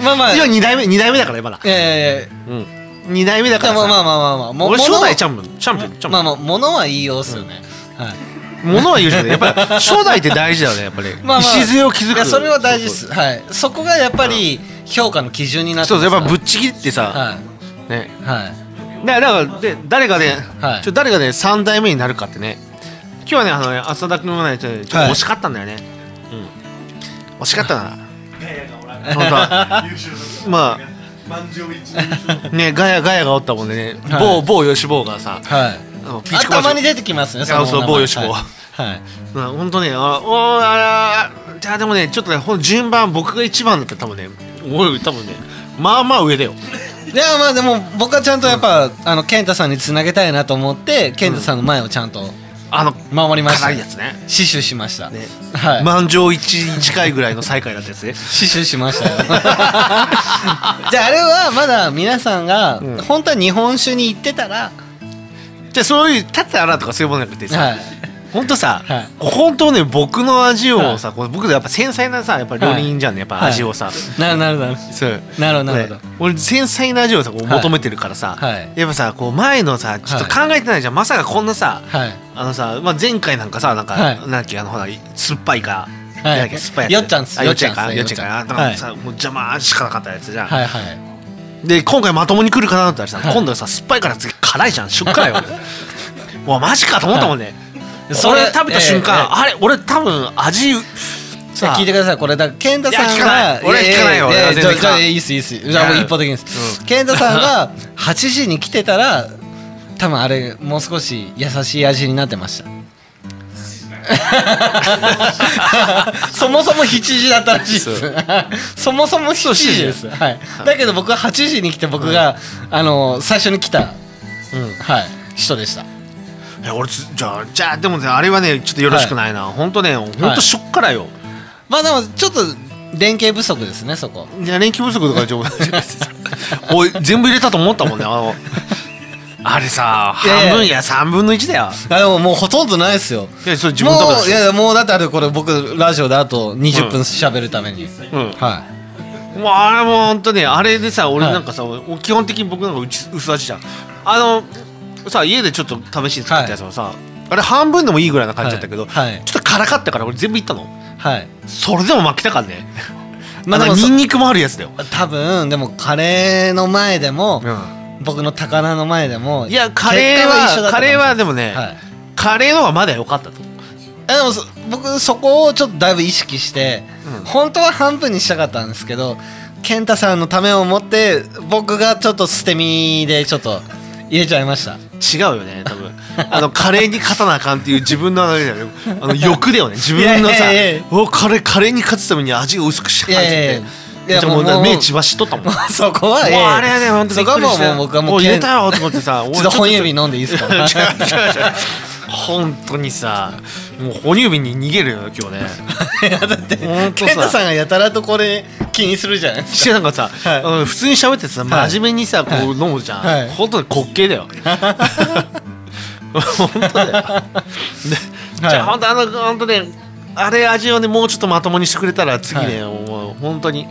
Speaker 2: まあまあ
Speaker 3: いや2代目二代目だから今だ
Speaker 2: いやいやいや
Speaker 3: うん2代目だか
Speaker 2: で
Speaker 3: ら
Speaker 2: も
Speaker 3: さ
Speaker 2: まあまあまあまあも
Speaker 3: 俺初代チ
Speaker 2: ゃ
Speaker 3: ャンピオンチャンピオンチャンピ
Speaker 2: ま
Speaker 3: オ
Speaker 2: あ
Speaker 3: ン
Speaker 2: まあものは言いようっすよね、はい
Speaker 3: 物は言うじゃないやっぱり初代って大事だよねやっぱり、
Speaker 2: まあまあ
Speaker 3: 礎を築
Speaker 2: いや
Speaker 3: く
Speaker 2: それは大事です
Speaker 3: そう
Speaker 2: はいそこがやっぱり評価の基準になって
Speaker 3: そうそうやっぱぶっ
Speaker 2: っ
Speaker 3: ちぎってさ、
Speaker 2: は
Speaker 3: ね
Speaker 2: いはい
Speaker 3: だからだからで誰がね、
Speaker 2: はい
Speaker 3: ちょ誰がね3代目になるかってね今日はねあのね浅田君はねちょっとちょっと惜しかったんだよね、うん惜しかったな 本当はま
Speaker 5: 満場一致の優勝
Speaker 3: あねガヤガヤがおったもんでね、
Speaker 2: はい
Speaker 3: 某某吉坊がさ
Speaker 2: はい
Speaker 3: あのピーチコマーシ
Speaker 2: 頭
Speaker 3: ョ
Speaker 2: に
Speaker 3: ン
Speaker 2: 出てきますね
Speaker 3: いやそう
Speaker 2: お名前
Speaker 3: 某よし某
Speaker 2: はいはい
Speaker 3: まあ本当ねあおーあらじゃあでもねちょっとねほん順番僕が一番だったら多分ね俺多分ねまあまあ上だよ
Speaker 2: いやまあでも僕はちゃんとやっぱ、あの健太さんにつなげたいなと思って健太さんの前をちゃんと
Speaker 3: あの
Speaker 2: 守りました、
Speaker 3: 辛いやつね
Speaker 2: 死守しました、
Speaker 3: ね
Speaker 2: はい、
Speaker 3: 満場一致に近いぐらいの最下位だったやつね
Speaker 2: 死守しましたよ じゃああれはまだ皆さんが
Speaker 3: うん
Speaker 2: 本当は日本酒に行ってたら、
Speaker 3: じゃあそういう立ったらとかそういうものじゃなくてさ、
Speaker 2: はい
Speaker 3: ほんとさ、
Speaker 2: はい
Speaker 3: 本当ね僕の味をさ、こう僕やっぱ繊細なさやっぱ料理人じゃんねやっぱ
Speaker 2: はい
Speaker 3: 味をさ、
Speaker 2: なるなるなる
Speaker 3: そう
Speaker 2: なるほどなるほど、
Speaker 3: ね俺繊細な味をさこう
Speaker 2: はい
Speaker 3: 求めてるからさ、
Speaker 2: はい
Speaker 3: やっぱさこう前のさちょっと考えてないじゃん、まさかこんなさ、
Speaker 2: はい
Speaker 3: あのさ、まあ、前回なんかさなんか、
Speaker 2: はい
Speaker 3: なんだっけあのほら酸っぱいか、
Speaker 2: い
Speaker 3: なんだっけ酸っぱいやつ
Speaker 2: よっちゃんっす
Speaker 3: あよっちゃんかよ
Speaker 2: よ
Speaker 3: っ
Speaker 2: っ
Speaker 3: ち
Speaker 2: ち
Speaker 3: ゃ
Speaker 2: ゃ
Speaker 3: ん
Speaker 2: ん
Speaker 3: か
Speaker 2: よ
Speaker 3: な
Speaker 2: っ
Speaker 3: ん
Speaker 2: ちゃん
Speaker 3: かさ、もう邪魔しかなかったやつじゃん、
Speaker 2: はいはい
Speaker 3: で今回まともに来るかなと思ったらさ、
Speaker 2: はい
Speaker 3: 今度はさ酸っぱいから次辛いじゃんしょっからいわうわマジかと思ったもんね、そ
Speaker 2: それ
Speaker 3: れ食べた瞬間、
Speaker 2: えええ
Speaker 3: あれ俺多分味
Speaker 2: じゃ
Speaker 3: さ
Speaker 2: あ聞いてくださいこれだから健太さんが
Speaker 3: いや聞かない俺は聞かないよ
Speaker 2: やや
Speaker 3: 俺は全
Speaker 2: じゃあ
Speaker 3: 然聞
Speaker 2: じ
Speaker 3: か
Speaker 2: ゃ
Speaker 3: ない
Speaker 2: あいいっすいいっすじゃあもう一方的にです、
Speaker 3: うん
Speaker 2: 健太さん が8時に来てたら多分あれもう少し優しい味になってま したそもそも7時だったらしいです
Speaker 3: そ
Speaker 2: そもそも7時です、はい、だけど僕は8時に来て僕が、あの最初に来た、
Speaker 3: うん
Speaker 2: はい、人でした
Speaker 3: いや俺つじゃあじゃあでもねあれはねちょっとよろしくないな、ほんとねほんとしょっからいよ、
Speaker 2: まあでもちょっと連携不足ですねそこ
Speaker 3: いや連休不足とか情報おい 全部入れたと思ったもんねあのあれさ
Speaker 2: いやいや
Speaker 3: 半分いや3分の1だよ
Speaker 2: あでももうほとんどないですよ
Speaker 3: いやそれ自分の
Speaker 2: もういやいやもうだってあれこれ僕ラジオであと20分喋るために、
Speaker 3: うん
Speaker 2: はい
Speaker 3: もうあれも本当ねあれでさ俺
Speaker 2: はい
Speaker 3: なんかさ、お基本的に僕なんかうち薄味じゃんあのさ家でちょっと試しに作ったやつもさ、あれ半分でもいいぐらいな感じだったけど、
Speaker 2: はいはい
Speaker 3: ちょっと辛かったから俺全部いったの
Speaker 2: はい
Speaker 3: それでも負けたから ね
Speaker 2: ま
Speaker 3: ま
Speaker 2: あでも
Speaker 3: だ
Speaker 2: そ
Speaker 3: ニンニクもあるやつだよ、
Speaker 2: 多分でもカレーの前でも、僕の高菜の前でも
Speaker 3: いやカレーは
Speaker 2: 結果
Speaker 3: カレーはで
Speaker 2: も
Speaker 3: もね、
Speaker 2: はい
Speaker 3: カレーの方がまだ良かったと
Speaker 2: あでもそ僕そこをちょっとだいぶ意識して、
Speaker 3: うん
Speaker 2: 本当は半分にしたかったんですけど健太さんのためを思って僕がちょっと捨て身でちょっと入れちゃいま した
Speaker 3: 違うよね多分あのカレーに勝たなあかんっていう自分のあれだよねあの欲だよね自分のさ
Speaker 2: いやいやいや
Speaker 3: おカレーカレーに勝つために味を薄くしなあかんって言って
Speaker 2: いやいやいや
Speaker 3: じゃあもう
Speaker 2: いやもう
Speaker 3: 目血ばしとったもんもう
Speaker 2: そこは、ええ
Speaker 3: あれはね本当
Speaker 2: そこはもうもう僕はもう
Speaker 3: 入れた
Speaker 2: よ
Speaker 3: よと思ってさ
Speaker 2: ちょっと本 指飲 んでいいですか
Speaker 3: 本当にさもう哺乳瓶に逃げるよ今日ね
Speaker 2: だって
Speaker 3: 本当
Speaker 2: 健太
Speaker 3: さ
Speaker 2: さんがやたらとこれ気にするじゃないですか
Speaker 3: してなんかさ、
Speaker 2: はい
Speaker 3: うん普通に喋ってさ
Speaker 2: はい
Speaker 3: 真面目にさ、こう飲むじゃん、
Speaker 2: はい
Speaker 3: 本当に滑稽だよ本当だよでじゃあ本当あの本当ねあれ味をねもうちょっとまともにしてくれたら次ね、もう本当に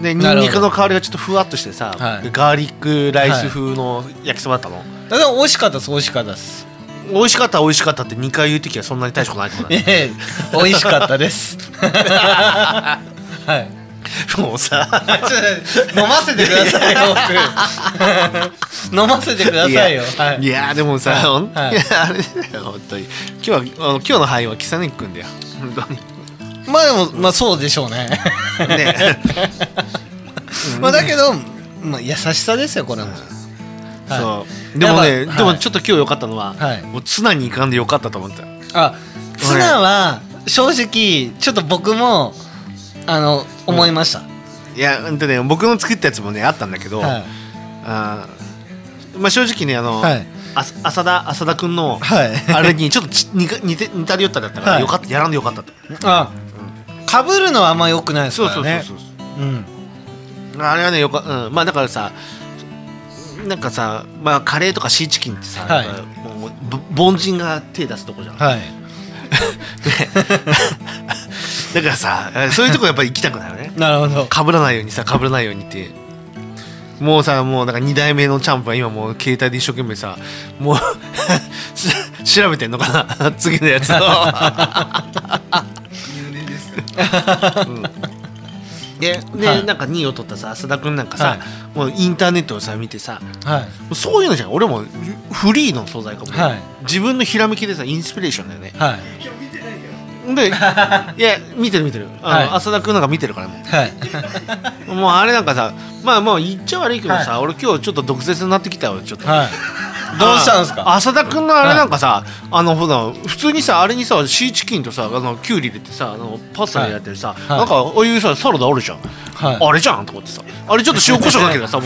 Speaker 3: でニ
Speaker 2: な
Speaker 3: ン
Speaker 2: るほど
Speaker 3: ニクの香りがちょっとふわっとしてさ、
Speaker 2: はい
Speaker 3: ガーリックライス風の焼きそばだったの、
Speaker 2: だから美味しかったです美味しかったです
Speaker 3: 美味しかった美味しかったって2回言う時はそんなに大したことないと思う
Speaker 2: ええ美味しかったですはい
Speaker 3: もうさ
Speaker 2: ちょっと飲ませてくださいよ僕飲ませ てくださいよはい
Speaker 3: いやーでもさ、
Speaker 2: はい
Speaker 3: 本当に
Speaker 2: はい
Speaker 3: あれだよ本当に今日はあの今日の範囲はキサネくんだよ本当に
Speaker 2: まあでもまあそうでしょうね
Speaker 3: ね
Speaker 2: まあだけど、まあ、優しさですよこれもは
Speaker 3: そうでもね
Speaker 2: やっぱ
Speaker 3: で
Speaker 2: は
Speaker 3: も
Speaker 2: い
Speaker 3: ちょっと今日良かったのは、
Speaker 2: はい
Speaker 3: もうツナに行かんで良かったと思った
Speaker 2: あツナは正直ちょっと僕もあの思いました、
Speaker 3: いやうんとね僕の作ったやつもねあったんだけど、
Speaker 2: はい
Speaker 3: あーまあ正直ねあの、
Speaker 2: はい
Speaker 3: あ浅田浅田君の、
Speaker 2: はい
Speaker 3: あれにちょっとち似か似て似たり寄ったりだったから、
Speaker 2: はい
Speaker 3: よかったやらんでよかったと
Speaker 2: あかぶるのはあんま良くないです
Speaker 3: そう
Speaker 2: から
Speaker 3: そうそう
Speaker 2: ね
Speaker 3: そ
Speaker 2: う
Speaker 3: う、
Speaker 2: ん
Speaker 3: あれはねよか、うん、まあだからさなんかさ、まあ、カレーとかシーチキンってさ、
Speaker 2: はい
Speaker 3: なんかもうぼ凡人が手出すとこじ ゃん、
Speaker 2: はい
Speaker 3: だからさそういうとこやっぱり行きたくなるよね
Speaker 2: なるほど
Speaker 3: かぶらないようにさかぶらないようにってもうさもうなんか2代目のチャンプは今もう携帯で一生懸命さもう し調べてんのかな 次の やつを うんでで、
Speaker 2: はい
Speaker 3: なんか2位を取ったさ浅田君なんかさ、
Speaker 2: はい
Speaker 3: もうインターネットをさ見てさ
Speaker 2: はい
Speaker 3: そういうのじゃん俺もフリーの素材かもね、
Speaker 2: はい
Speaker 3: 自分のひらめきでさインスピレーションだよね
Speaker 2: はい
Speaker 3: でいや見てる見てるあの、
Speaker 2: はい
Speaker 3: 浅田君なんか見てるからもう
Speaker 2: はい
Speaker 3: もうあれなんかさまあまあ言っちゃ悪いけどさ、俺今日ちょっと毒舌になってきたよちょっと、
Speaker 2: はいどうしたんです
Speaker 3: あ
Speaker 2: か
Speaker 3: 浅田君のあれなんかさ、あのほら普通にさあれにさシーチキンとさあのキュウリ入れてさあのパスタでやってるさ、
Speaker 2: はい
Speaker 3: なんかああいうさサラダあるじゃん、
Speaker 2: はい
Speaker 3: あれじゃんと思ってさあれちょっと塩コショウか けてさも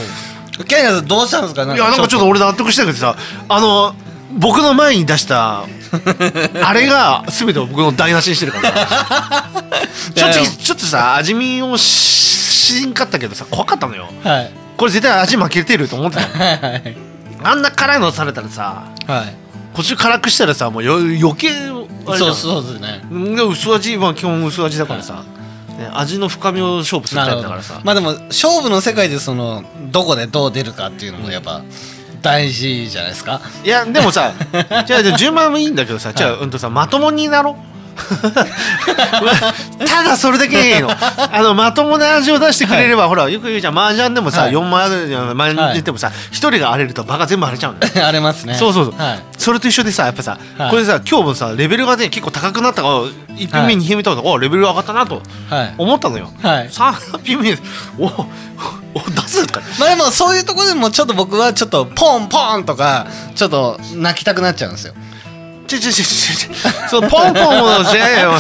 Speaker 3: う
Speaker 2: ケンヤさんどうしたんですか
Speaker 3: いやなんかちょっと俺納得したけどさあの僕の前に出し たあれが全てを僕の台無しにしてるからさ
Speaker 2: い
Speaker 3: ちょ
Speaker 2: や
Speaker 3: っ
Speaker 2: い
Speaker 3: と
Speaker 2: や
Speaker 3: ちょっとさ味見をししんかったけどさ怖かったのよ
Speaker 2: とはい
Speaker 3: これ絶対味負けてると思ってたの
Speaker 2: はいはい
Speaker 3: あんな辛いのされたらさ
Speaker 2: はい
Speaker 3: こっち辛くしたらさもうよ余計あれじ
Speaker 2: そ
Speaker 3: ゃ
Speaker 2: うんそうですね
Speaker 3: で薄味まあ基本薄味だからさ、ね味の深みを勝負する
Speaker 2: な
Speaker 3: タイ
Speaker 2: るほど
Speaker 3: プだからさ
Speaker 2: まあでも勝負の世界でそのどこでどう出るかっていうのもやっぱ大事じゃないですか
Speaker 3: いやでもさじゃあじゃあ順番もいいんだけどさじゃあうんとさまともになろう ただそれだけでいいのあのまともな味を出してくれれば、ほらよく言うじゃん麻雀でもさ、
Speaker 2: はい
Speaker 3: 4枚あるじゃん麻雀でもさ一人が荒れると場が全部荒れちゃうのよ
Speaker 2: ありますね
Speaker 3: そうそうそう、
Speaker 2: はい
Speaker 3: それと一緒でさやっぱさ、
Speaker 2: はい
Speaker 3: これさ今日もさレベルがね結構高くなったから1品
Speaker 2: は
Speaker 3: 目
Speaker 2: い
Speaker 3: 2品目とかおレベル上がったなと
Speaker 2: はい
Speaker 3: 思ったのよ、
Speaker 2: はい
Speaker 3: 三3品目おお出すか
Speaker 2: まあでもそういうところでもちょっと僕はちょっとポンポンとかちょっと泣きたくなっちゃうんですよ
Speaker 3: ちょちょちょちょちょそうポンポンもじゃないよ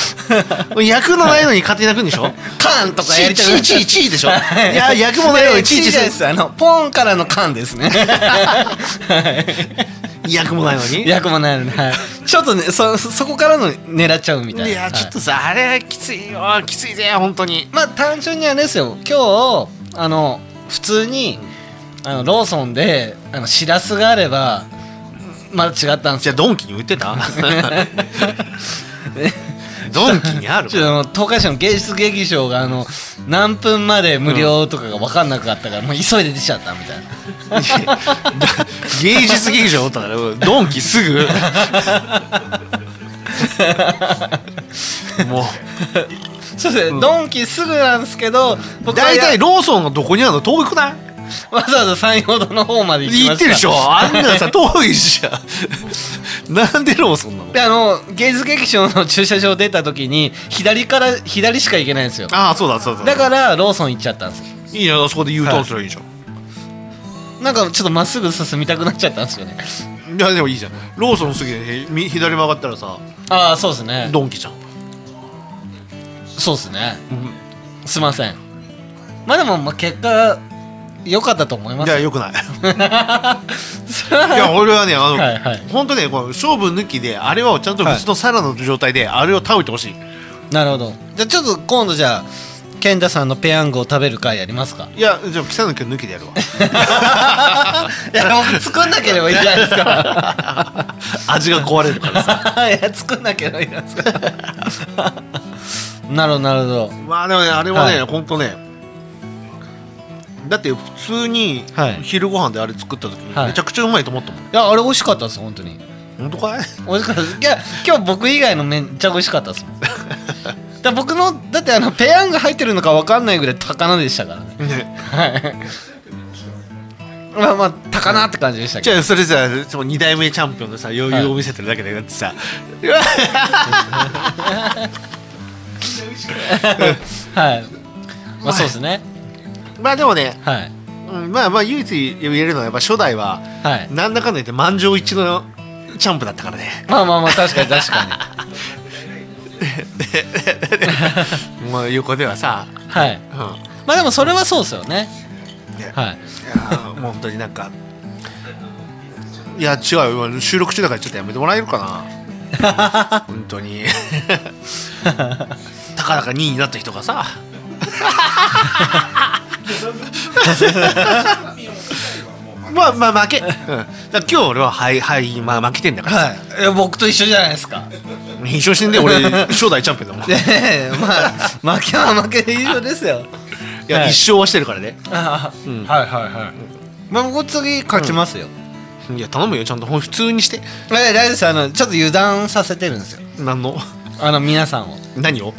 Speaker 3: 役のないのに勝手に泣くんでしょ
Speaker 2: カンとかやりたくなっ
Speaker 3: チ
Speaker 2: ちゃう
Speaker 3: ーチーチーでしょいや役もないのにチーチー
Speaker 2: じゃないですすあのポンからのカンですね
Speaker 3: る役もないのに
Speaker 2: 役もないので、はい、ちょっとねそそこからの狙っちゃうみたいない
Speaker 3: やちょっとさあれきついよきついぜ本当に
Speaker 2: まあ単純にあれですよ今日あの普通にあのローソンであのシラスがあればまだ違ったんです
Speaker 3: じゃ
Speaker 2: よ
Speaker 3: あドンキに売ってたドンキにある
Speaker 2: ちょっともう東海市の芸術劇場があの何分まで無料とかが分かんなくなったから、もう急いで出ちゃったみたいな
Speaker 3: 芸術劇場おったからドンキす ぐも
Speaker 2: そうですね、ドンキすぐなんですけど
Speaker 3: う
Speaker 2: 僕は
Speaker 3: 大
Speaker 2: や
Speaker 3: 体ローソンがどこにあるの遠くない
Speaker 2: わざわざ山陽堂の方まで行き
Speaker 3: 言
Speaker 2: ま
Speaker 3: っ
Speaker 2: した
Speaker 3: てるでしょあんなさ遠いじゃん なんでローソンなの
Speaker 2: であの芸術劇場の駐車場出た時に左から左しか行けないんですよ
Speaker 3: ああそうだそうだ
Speaker 2: だかららローソン行っちゃったんですよ
Speaker 3: いいなそこで U ターンすればいいじゃん、
Speaker 2: なんかちょっとまっすぐ進みたくなっちゃったんですよね
Speaker 3: いやでもいいじゃんローソン過ぎてみ左曲がったらさ
Speaker 2: ああそうですね
Speaker 3: ドンキじゃん
Speaker 2: そうですね、すいませんまあでもまあ結果良かったと思いま
Speaker 3: い
Speaker 2: す
Speaker 3: や
Speaker 2: よ
Speaker 3: よくない
Speaker 2: それはい
Speaker 3: や俺はねあの、
Speaker 2: はいはい
Speaker 3: 本当ねこの勝負抜きであれはちゃんと普通のサラダの状態であれを食べてほしい、
Speaker 2: なるほどじゃあちょっと今度じゃあ健太さんのペヤングを食べる会やります か
Speaker 3: い、やじゃあ北野君抜きでやるわ
Speaker 2: いやもう作んなければいいじゃないですか
Speaker 3: 味が壊れるからさ
Speaker 2: いや作んなければいいじゃないですか なるほどなるほど
Speaker 3: まあでもねあれはね、
Speaker 2: は
Speaker 3: ほんとねだって普通に
Speaker 2: はい
Speaker 3: 昼ご飯であれ作った時に
Speaker 2: はい
Speaker 3: めちゃくちゃうまいと思ったもん、
Speaker 2: いやあれ美味しかったです本当に
Speaker 3: 本当かい
Speaker 2: 美味しかったですいや今日僕以外のめっちゃ美味しかったですも んだから僕のだってあのペヤング入ってるのか分かんないぐらい高菜でしたからねはいまあまあ高菜って感じでしたけ
Speaker 3: じ
Speaker 2: ど
Speaker 3: ゃあそれさその2代目チャンピオンのさ余裕を見せてるだけでだってさ、 うわ
Speaker 2: はいまあそうですね
Speaker 3: まあでもね、
Speaker 2: はい
Speaker 3: うんまあまあ唯一言えるのはやっぱ初代は
Speaker 2: はい
Speaker 3: なんだかんだ言って満場一致のチャンプだったからね
Speaker 2: まあまあまあ確かに確か に
Speaker 3: もう横ではさ、
Speaker 2: はい
Speaker 3: うん、いや
Speaker 2: まあでもそれはそうですよね
Speaker 3: ね
Speaker 2: はい
Speaker 3: ーもう本当になんかいや違うよ収録中だからちょっとやめてもらえるかな本当にたかだか2位になった人がさまあまあ負け、うん、だから今日俺ははいはいまあ負けてんだからさ、
Speaker 2: はいいや僕と一緒じゃないですか
Speaker 3: 一生死んで俺初代チャンピオンだもんい
Speaker 2: ええまあ負けは負けで一緒です よ
Speaker 3: や、
Speaker 2: はい
Speaker 3: 一生はしてるからね
Speaker 2: あー
Speaker 3: うん
Speaker 2: はいはいはいまあ僕次勝ちますよ
Speaker 3: いや頼むよちゃんとほん普通にして
Speaker 2: え大丈夫ですあのちょっと油断させてるんですよ
Speaker 3: 何の
Speaker 2: あの皆さんを
Speaker 3: 何を、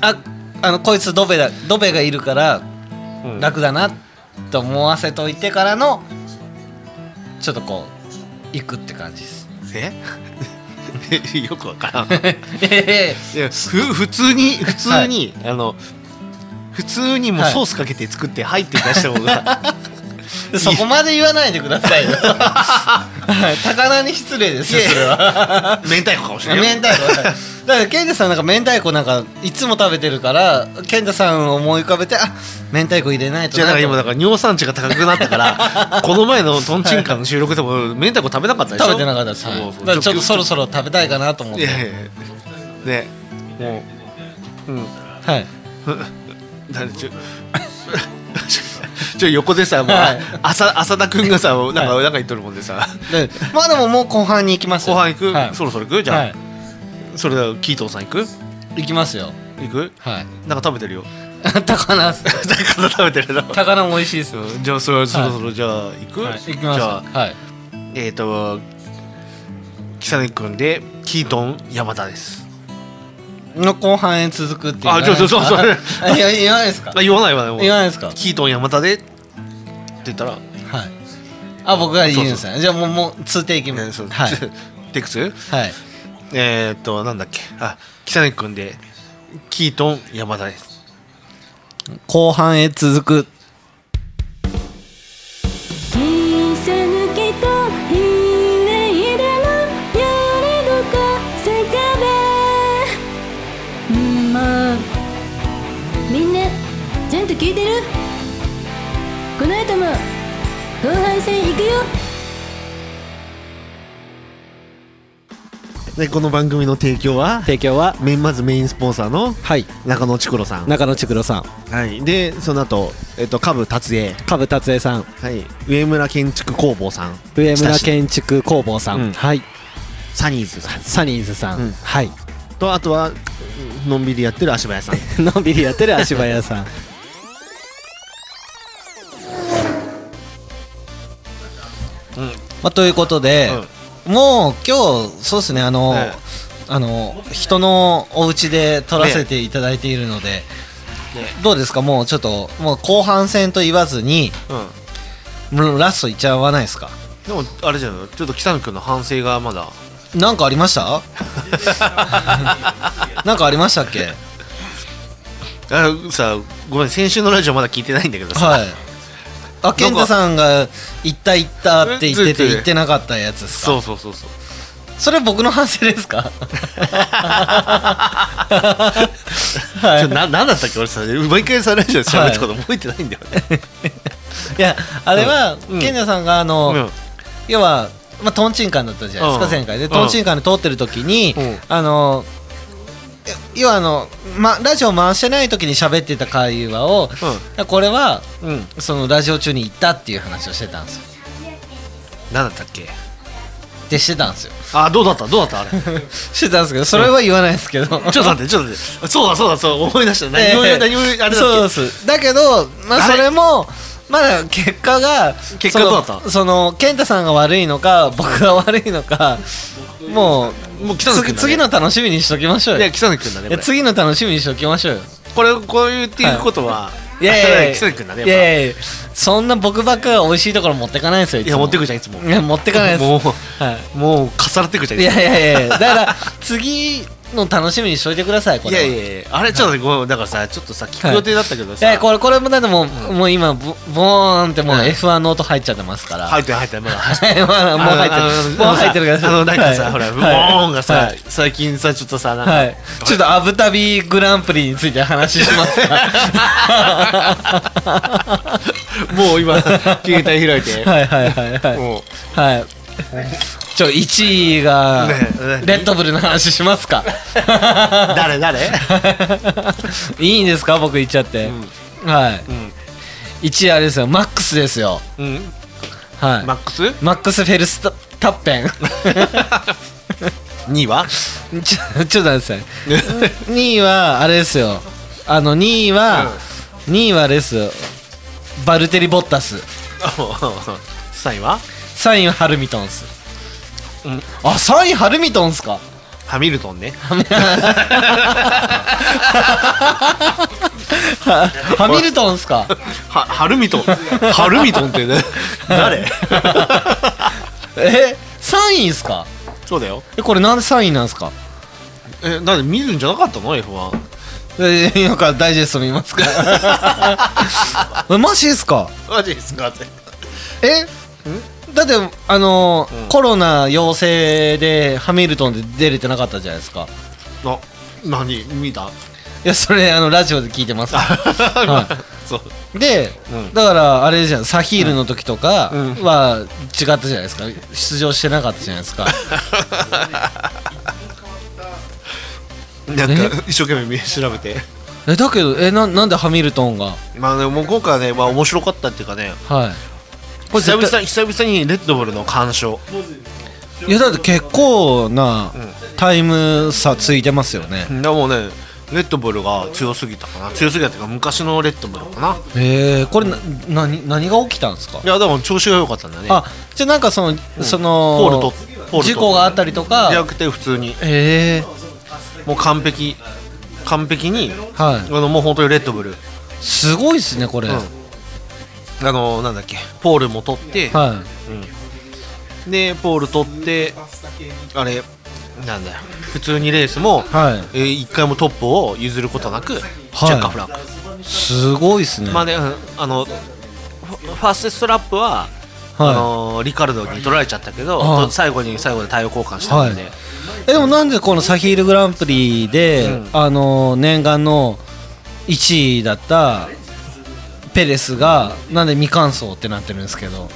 Speaker 2: ああのこいつドベだドベがいるから
Speaker 3: うん
Speaker 2: 楽だなと思わせといてからのちょっとこう行くって感じです
Speaker 3: えよくわからん
Speaker 2: ええ
Speaker 3: いやふ普通に普通に、あの普通にもう
Speaker 2: はい
Speaker 3: ソースかけて作って入って出した方が
Speaker 2: そこまで言わないでくださいよ はい高菜に失礼ですよそれは
Speaker 3: 明太子かもしれない
Speaker 2: 明太子だから健太さんなんか明太子なんかいつも食べてるから健太さんを思い浮かべてあ明太子入れないと
Speaker 3: じゃあ
Speaker 2: な
Speaker 3: なん
Speaker 2: と
Speaker 3: か今だから尿酸値が高くなったから この前のとんちんかんの収録でも明太子食べなかったでしょ
Speaker 2: 食べてなかったです、はい
Speaker 3: そうそう
Speaker 2: だからちょっとそろそろ食べたいかなと思って
Speaker 3: いやいやいやねもううん
Speaker 2: はい
Speaker 3: なんでちょ ちょ横でさ、もう
Speaker 2: はい
Speaker 3: 浅浅田君がさ、もうなんか、なんか言っとるもんでさ、
Speaker 2: でまあでももう後半に行きますよ
Speaker 3: 後半行く、
Speaker 2: はい、
Speaker 3: そろそろ行くじゃあ、
Speaker 2: はい
Speaker 3: それだキートンさん行く
Speaker 2: 行きますよ
Speaker 3: 行く
Speaker 2: はい
Speaker 3: なんか食べてるよ
Speaker 2: 高菜っす
Speaker 3: なんか食べてるな
Speaker 2: 高菜も美味しいですよ、
Speaker 3: うんじゃあそれそろそろじゃあ行く、
Speaker 2: はい、行き
Speaker 3: じ
Speaker 2: ます
Speaker 3: ゃあ
Speaker 2: はい
Speaker 3: えっ、ー、と北根君でキートン山田です
Speaker 2: の後半へ続くっていう
Speaker 3: あちょそうそうそう
Speaker 2: はいあいや言わないですか
Speaker 3: あ言わない言わないもう
Speaker 2: 言わないですかはい
Speaker 3: キートン山田でって言ったら、
Speaker 2: あ僕が言うんですねじゃあもうもう通定行きま
Speaker 3: ね
Speaker 2: す
Speaker 3: そう
Speaker 2: はい
Speaker 3: テクス
Speaker 2: はい
Speaker 3: えっ、ー、となんだっけあ北根君でキートン山田です
Speaker 2: 後半へ続く
Speaker 6: 「見せ抜けたいねいだのやれどかせかべ」んーまあみんなちゃんと聞いてるこの後も後半戦いくよ
Speaker 3: でこの番組の提供は
Speaker 7: 提供は
Speaker 3: メインまずメインスポンサーの
Speaker 7: はい
Speaker 3: 中野ちくろさん、
Speaker 7: 中野ちくろさん
Speaker 3: はい、でその後、えっと下部達也、
Speaker 7: 株達也さん
Speaker 3: はい、上村建築工房さん
Speaker 7: 上村
Speaker 3: 親しい
Speaker 7: 建築工房さん、
Speaker 3: うん
Speaker 7: はい
Speaker 3: サニーズさん
Speaker 7: サニーズさん、
Speaker 3: うん
Speaker 7: はい
Speaker 3: とあとはのんびりやってる足早さん
Speaker 7: のんびりやってる足早さん
Speaker 2: まあということで、もう今日そうですねあの、
Speaker 3: え
Speaker 2: あの人のお家で撮らせていただいているので、どうですかもうちょっともう後半戦と言わずに
Speaker 3: うん
Speaker 2: もうラストいっちゃわないですか
Speaker 3: でもあれじゃないちょっと北野君の反省がまだ
Speaker 2: なんかありました なんかありましたっけ
Speaker 3: あさごめん先週のラジオまだ聞いてないんだけどさ、
Speaker 2: はいあ健太さんが行った行ったって言って
Speaker 3: う
Speaker 2: て
Speaker 3: ん
Speaker 2: 行ってなかったやつですか
Speaker 3: そうそうそうそう
Speaker 2: それ僕の反省ですかは
Speaker 3: ち
Speaker 2: い
Speaker 3: ょななんだったっけ俺さ毎回さラジオで喋ったこと覚えてないんだよ ね、
Speaker 2: いやあれは
Speaker 3: うん
Speaker 2: 健太さんがあの、
Speaker 3: うん
Speaker 2: 要は、まあ、トンチンカンだったじゃないですか、
Speaker 3: うん
Speaker 2: 前回で
Speaker 3: うん
Speaker 2: トンチンカンで通ってる時に、
Speaker 3: うん
Speaker 2: あのい要はあの、ま、ラジオ回してない時に喋ってた会話を、これは
Speaker 3: うん、
Speaker 2: そのラジオ中に行ったっていう話をしてたんですよ
Speaker 3: なんだったっけ
Speaker 2: でしてたんですよ
Speaker 3: あどうだったどうだ ったあれちょ
Speaker 2: してたんですけどそれは言わないですけど、
Speaker 3: っと待って ちょっと待ってそうだそうだそう思い出した何も言う何も言うあれだっけ
Speaker 2: そうですだけど、まあ、
Speaker 3: あれ
Speaker 2: それもまだ結果が
Speaker 3: 結果どうだった
Speaker 2: そのその健太さんが悪いのか僕が悪いのかもう
Speaker 3: もう北野君だね
Speaker 2: 次次の楽しみにしときましょうよ
Speaker 3: いや北野君だね
Speaker 2: い
Speaker 3: こ
Speaker 2: や
Speaker 3: れ
Speaker 2: 次の楽しみにしておきましょうよ。
Speaker 3: これこう言っていくことは、
Speaker 2: いやいやいや
Speaker 3: 北野君だね
Speaker 2: い
Speaker 3: やっぱ
Speaker 2: やいやいやそんな僕ばっかが美味しいところ持ってかないですよ。い
Speaker 3: いや持って
Speaker 2: く。
Speaker 3: くじゃんいつも
Speaker 2: いや持ってかないです。
Speaker 3: もう
Speaker 2: は
Speaker 3: もう重なってくじ
Speaker 2: い。
Speaker 3: ゃん
Speaker 2: い
Speaker 3: いつも
Speaker 2: やいやいやだから 次の楽しみにしといてくださいこ
Speaker 3: い
Speaker 2: れ
Speaker 3: や
Speaker 2: は。
Speaker 3: いやいやあれちょっと待ってごめんだからさちょっとさ聞く予定だったけど
Speaker 2: い
Speaker 3: さ、
Speaker 2: やこれこれもだってもう、もう今ボボーンってもう
Speaker 3: うん
Speaker 2: F1 の音入っちゃってますから。
Speaker 3: 入ってる入ってるまだ
Speaker 2: はいま あもう入ってる。もう入ってるから。
Speaker 3: あのなんかさ、ほら、ウォーンがさ、
Speaker 2: はい
Speaker 3: 最近さ、ちょっとさ、なんか、
Speaker 2: はい、ちょっとアブタビグランプリについて話しますか
Speaker 3: も う今、携帯開いて、
Speaker 2: はいはいはいはい。
Speaker 3: もう、
Speaker 2: はい。ちょ、1位が
Speaker 3: ねえ、
Speaker 2: レッドブルの話します か。
Speaker 3: 誰誰
Speaker 2: いいんですか、僕言っちゃって。はい。1位あれですよ、マックスですよ。
Speaker 3: うん、
Speaker 2: はい。
Speaker 3: マックス
Speaker 2: マックス・フェルスタタッペン。
Speaker 3: ?2 は
Speaker 2: ちょ、ちょっと待ってください。2位は、あれですよ。あの、2位は、2位はあれですよ。バルテリ・ボッタス。
Speaker 3: ?3 位は
Speaker 2: 3位はハルミトンス。あ、3位ハルミトンスか。
Speaker 3: ハミルトンね。
Speaker 2: ハミルトンスか。
Speaker 3: は、ハルミトン。ハルミトンっ てね、誰
Speaker 2: え、3位ですか
Speaker 3: そうだよ。
Speaker 2: えこれなんで3位なんですか
Speaker 3: え、なんで見るんじゃなかったの ?F1。
Speaker 2: え今からダイジェスト見ますかえマジですか
Speaker 3: マジですかって。
Speaker 2: えだってあのーコロナ陽性でハミルトンで出れてなかったじゃないですか
Speaker 3: な、何見た
Speaker 2: いやそれあのラジオで聞いてますは
Speaker 3: そう。
Speaker 2: で、
Speaker 3: うん
Speaker 2: だからあれじゃんサヒールの時とか
Speaker 3: うん
Speaker 2: は違ったじゃないですか出場してなかったじゃないです か
Speaker 3: なんか、一生懸命調べて。
Speaker 2: えだけどえななんでハミルトンが
Speaker 3: まあでも今回はね、まあ面白かったっていうかね、
Speaker 2: はい
Speaker 3: これ久
Speaker 2: 絶
Speaker 3: 々久々にレッドブルの鑑賞
Speaker 2: いやだって結構なタイム差ついてますよね、
Speaker 3: でもねレッドブルが強すぎたかな強すぎたっていうか昔のレッドブルかな
Speaker 2: えー、これな何何が起きたんですか
Speaker 3: いやでも調子が良かったんだね
Speaker 2: あじゃあなんかその、そ
Speaker 3: ポール
Speaker 2: の
Speaker 3: とポールと
Speaker 2: 事故があったりとか
Speaker 3: じゃなくて普通に
Speaker 2: ええ
Speaker 3: もう完璧完璧にあ
Speaker 2: は
Speaker 3: のもう本当にレッドブル、うん
Speaker 2: いすごいですねこれ、はい
Speaker 3: あのなんだっけポールも取って、でポール取ってあれなんだよ普通にレースも、
Speaker 2: は
Speaker 3: えー一回もトップを譲ることなく、チャッカフランク
Speaker 2: いすごいですね、
Speaker 3: まあね、うんあのファファーストストラップは、
Speaker 2: はい
Speaker 3: あのリカルドに取られちゃったけど、
Speaker 2: はい
Speaker 3: 最後に最後で対応交換したんで、
Speaker 2: はいえでもなんでこのサヒールグランプリで、
Speaker 3: うん
Speaker 2: あの念願の1位だったペレスがなんで未完走ってなってるんですけど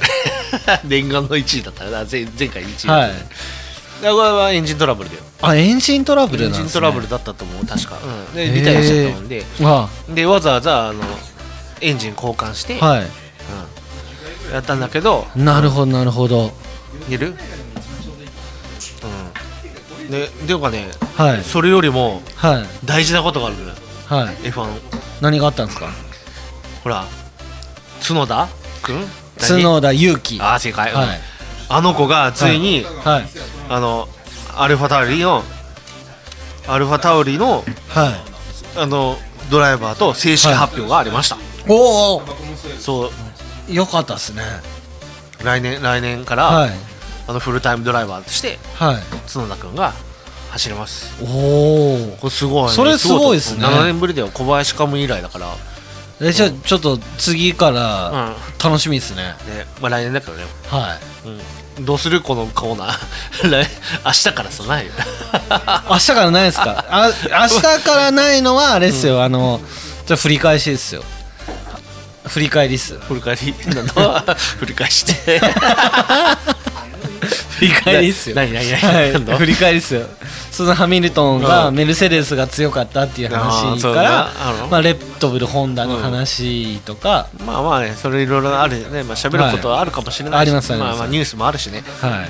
Speaker 3: 念願の1位だったから前前回1位
Speaker 2: はい
Speaker 3: だからこれはエンジントラブルだよ、
Speaker 2: あエンジントラブ
Speaker 3: エ
Speaker 2: ル
Speaker 3: ン
Speaker 2: なん
Speaker 3: ジ
Speaker 2: で
Speaker 3: ン
Speaker 2: す、ね、
Speaker 3: トラブルだったと思う確か、うん、で
Speaker 2: へー
Speaker 3: リタイアしちゃったもんで
Speaker 2: あ
Speaker 3: でわざわざあのエンジン交換して、
Speaker 2: はい
Speaker 3: うんやったんだけど
Speaker 2: なるほどなるほど
Speaker 3: いる、うん、でっていうかね
Speaker 2: はい
Speaker 3: それよりも
Speaker 2: はい
Speaker 3: 大事なことがあるのよ
Speaker 2: はい
Speaker 3: F1
Speaker 2: 何があったんですか
Speaker 3: ほら角田くん
Speaker 2: 角田裕樹
Speaker 3: ああ正解、
Speaker 2: はい
Speaker 3: あの子がついに、
Speaker 2: はい
Speaker 3: あのアルファタウリのアルファタウリ
Speaker 2: は
Speaker 3: の
Speaker 2: い
Speaker 3: あのドライバーと正式発表がありました、
Speaker 2: おお
Speaker 3: そう
Speaker 2: よかったですね
Speaker 3: 来年来年から、
Speaker 2: はい
Speaker 3: あのフルタイムドライバーとして
Speaker 2: はい
Speaker 3: 角田君が走れます
Speaker 2: おお
Speaker 3: これすごい、ね、
Speaker 2: それすごいっすね
Speaker 3: 7年ぶりだよ小林カム以来だから
Speaker 2: えじゃあちょっと次から
Speaker 3: うん
Speaker 2: 楽しみですね、
Speaker 3: ねまあ、来年だからね、
Speaker 2: はい
Speaker 3: うん、どうするこのコーナー 来明日からさないよ
Speaker 2: 明日からないですかあ明日からないのはあれですよ、あのじゃあ振り返しですよ振り返りっす
Speaker 3: 振り返りな の振り返して
Speaker 2: 振り返りっすよ
Speaker 3: 何何何
Speaker 2: はい
Speaker 3: 何の
Speaker 2: 振り返りっすよそのハミルトン
Speaker 3: う
Speaker 2: が
Speaker 3: ん
Speaker 2: メルセデスが強かったっていう
Speaker 3: あー
Speaker 2: 話
Speaker 3: そう
Speaker 2: か
Speaker 3: だ
Speaker 2: ら
Speaker 3: なあの
Speaker 2: まあ、レッドブルホンダの話とか、
Speaker 3: まあまあねそれいろいろあるよねまあ喋ることはあるかもしれない
Speaker 2: あ
Speaker 3: し、
Speaker 2: りますあります
Speaker 3: まあまあニュースもあるしね、
Speaker 2: はい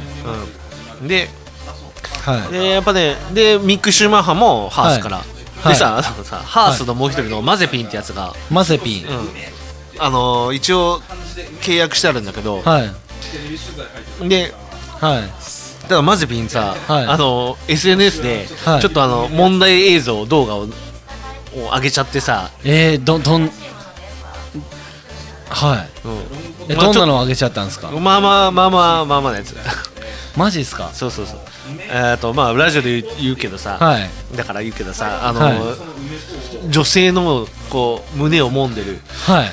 Speaker 3: うん、で
Speaker 2: はい
Speaker 3: でやっぱねでミック・シューマッハもハースから、
Speaker 2: い
Speaker 3: でさ,、あのさハースのもう一人のマゼピンってやつが、
Speaker 2: マゼピン、
Speaker 3: うん、あの一応契約してあるんだけど、
Speaker 2: はい
Speaker 3: で
Speaker 2: はい
Speaker 3: だからマゼピンさ、
Speaker 2: はい
Speaker 3: あの SNS で
Speaker 2: はい
Speaker 3: ちょっとあの問題映像動画をを上げちゃってさ、
Speaker 2: えー、どどんはい
Speaker 3: うん
Speaker 2: え
Speaker 3: まあ
Speaker 2: どんなのあげちゃったんですか
Speaker 3: まあまあまあまあまあまあなやつ
Speaker 2: マジですか
Speaker 3: そうそうそうえっとまあラジオで言う言うけどさ、
Speaker 2: はい
Speaker 3: だから言うけどさあの、
Speaker 2: は
Speaker 3: 女性のこう胸を揉んでる
Speaker 2: はい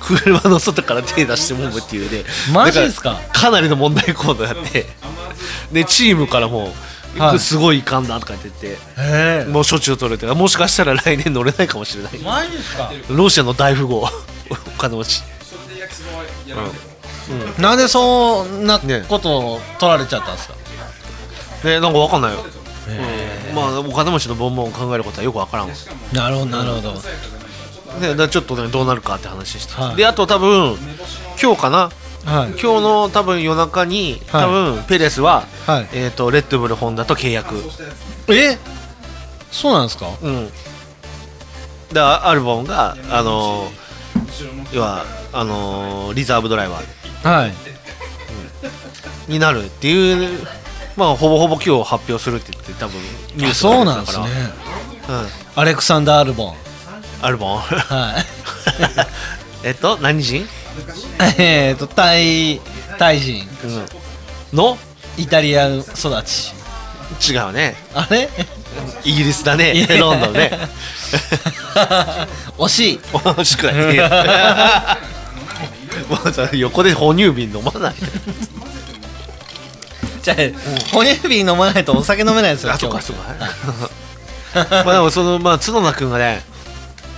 Speaker 3: 車の外から手出して揉むっていうね
Speaker 2: マジですか
Speaker 3: だらかなりの問題行動やってでチームからも
Speaker 2: はい
Speaker 3: すごい遺憾だとか言って
Speaker 2: え
Speaker 3: てもう処置を取れてもしかしたら来年乗れないかもしれない
Speaker 2: マジですか
Speaker 3: ロシアの大富豪 お金持ち
Speaker 2: なんでそんな
Speaker 3: ね
Speaker 2: ことを取られちゃったんですか、
Speaker 3: ねなんかわかんないよ、うん、まあお金持ちのボンボンを考えることはよくわからんね
Speaker 2: なるほどなるほど、
Speaker 3: だからちょっとねどうなるかって話して、
Speaker 2: はい
Speaker 3: であと多分今日かな
Speaker 2: はい
Speaker 3: 今日の多分夜中に
Speaker 2: はい
Speaker 3: 多分ペレスは、
Speaker 2: はい
Speaker 3: えー、とレッドブルホンダと契約
Speaker 2: えそうなんですか
Speaker 3: うんだアルボンがあのー、要はあのーリザーブドライバー
Speaker 2: はい
Speaker 3: になるっていうまあほぼほぼ今日発表するって言って多分ニュース
Speaker 2: そうなんですね
Speaker 3: うん
Speaker 2: アレクサンダー・アルボン
Speaker 3: ア ルボン
Speaker 2: はい
Speaker 3: えっと何人、
Speaker 2: えっとタイタイ人
Speaker 3: うん、の
Speaker 2: イタリア育ち
Speaker 3: 違うね
Speaker 2: あれ
Speaker 3: イギリスだ
Speaker 2: い
Speaker 3: ね
Speaker 2: や
Speaker 3: ロンドンね
Speaker 2: 惜しい
Speaker 3: 惜しくない ねもうさ横で哺乳瓶飲ま ない
Speaker 2: じゃあ哺乳瓶飲まないとお酒飲めないですよ
Speaker 3: あそう
Speaker 2: 今
Speaker 3: か
Speaker 2: 日
Speaker 3: そうか まあでもそのまあ角田君がね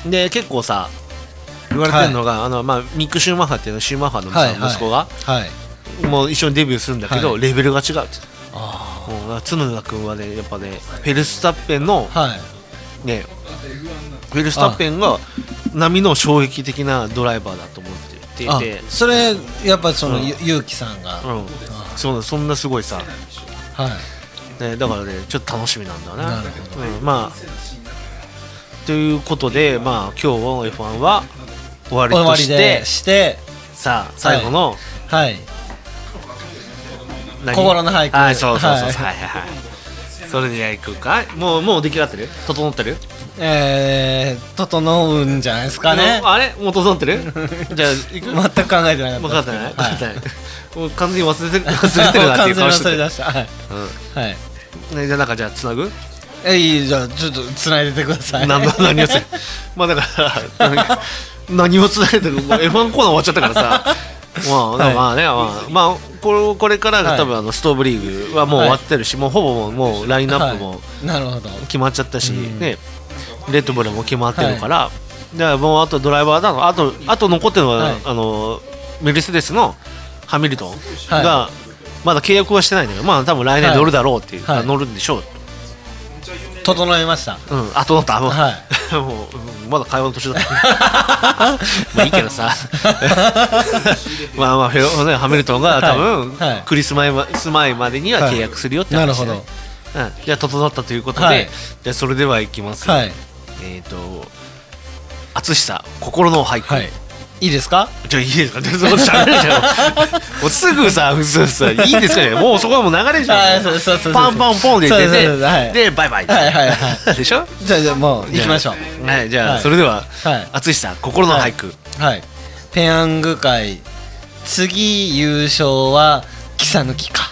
Speaker 3: で結構さ言われてるのが、あのまあ、ミック・シューマッハっていうのはシューマッハのさ、
Speaker 2: はいはい
Speaker 3: 息子が
Speaker 2: はい
Speaker 3: もう一緒にデビューするんだけど、
Speaker 2: は
Speaker 3: レベルが違うって
Speaker 2: あ
Speaker 3: うんだから角田君はねやっぱねフェルスタッペンの、
Speaker 2: あはい
Speaker 3: ねフェルスタッペンが波の衝撃的なドライバーだと思ってい
Speaker 2: あ
Speaker 3: て、
Speaker 2: それやっぱその
Speaker 3: うん
Speaker 2: ゆゆうきさんが
Speaker 3: う
Speaker 2: は
Speaker 3: ん、そうそんなすごいさ、
Speaker 2: い
Speaker 3: ね、だからねちょっと楽しみなんだ
Speaker 2: なる
Speaker 3: ね。うん、まあということで、まあ、今日の F1 は終わり
Speaker 2: 終
Speaker 3: と
Speaker 2: わり
Speaker 3: して
Speaker 2: でして
Speaker 3: さあ最後の、
Speaker 2: はい
Speaker 3: 何
Speaker 2: 心の俳句
Speaker 3: はいそうそうそう、
Speaker 2: は
Speaker 3: はいい、はいはいそれではいくかもうもう出来上がってる整ってる
Speaker 2: えー、整うんじゃないですかね
Speaker 3: あれもう整 ってるじゃあ行
Speaker 2: 全
Speaker 3: く、
Speaker 2: く考えてなかった
Speaker 3: 分かってない、分かって
Speaker 2: い
Speaker 3: ないもう完全に忘れてる忘れてるなっていう顔して
Speaker 2: 完全に忘れ
Speaker 3: て
Speaker 2: 出したはい、はい
Speaker 3: うんね、じゃあなんかじゃあつなぐ
Speaker 2: えいいじゃあちょっと繋いでてください
Speaker 3: 何の何をつまあだからなんか何をつないでるもう F1 コーナー終わっちゃったからさまあ、
Speaker 2: はい
Speaker 3: まあねまあ、まあ、これこれから
Speaker 2: は
Speaker 3: が
Speaker 2: い
Speaker 3: 多分あのストーブリーグはもう終わってるし、もうほぼもうもうラインナップも
Speaker 2: はい、なるほど
Speaker 3: 決まっちゃったし、ねレッドブルも決まってるから、だからもうあとドライバーだのあとあと残ってるのは、
Speaker 2: はい
Speaker 3: あのメルセデスのハミルトンが、
Speaker 2: は
Speaker 3: まだ契約はしてないんだけどまあ多分来年乗るだろうっていう、
Speaker 2: はいはい
Speaker 3: 乗るんでしょう、
Speaker 2: 整いました
Speaker 3: うん、あとだったもう,、
Speaker 2: は
Speaker 3: もううんまだ会話の途中だった まあいい けどさ まあまあフェロ、ね、ハミルトンが多分、
Speaker 2: はいはい
Speaker 3: クリスマイマス前までには契約するよって
Speaker 2: なるほ
Speaker 3: 話だね、
Speaker 2: ど
Speaker 3: うん、じゃあ整ったということで、
Speaker 2: はい
Speaker 3: じゃあそれではいきます、
Speaker 2: はい
Speaker 3: えっ、ー、と淳さん心の俳句、
Speaker 2: はいいいですか
Speaker 3: じゃあいいですか 全然しゃべるじゃんもうすぐさ普通さ「いいですかね」もうそこはもう流れじゃ
Speaker 2: あーそうそうそうそ
Speaker 3: ん
Speaker 2: う
Speaker 3: パンパンポンで言って
Speaker 2: そうそうそ
Speaker 3: て
Speaker 2: うはい
Speaker 3: でバイバイ、
Speaker 2: はいはいは
Speaker 3: でしょ
Speaker 2: じゃあじゃあもう行きましょう
Speaker 3: はい、じゃあ、
Speaker 2: はい
Speaker 3: それでは、
Speaker 2: はい
Speaker 3: あつしさん、心の俳句。
Speaker 2: はいペヤング会次優勝は木さぬきか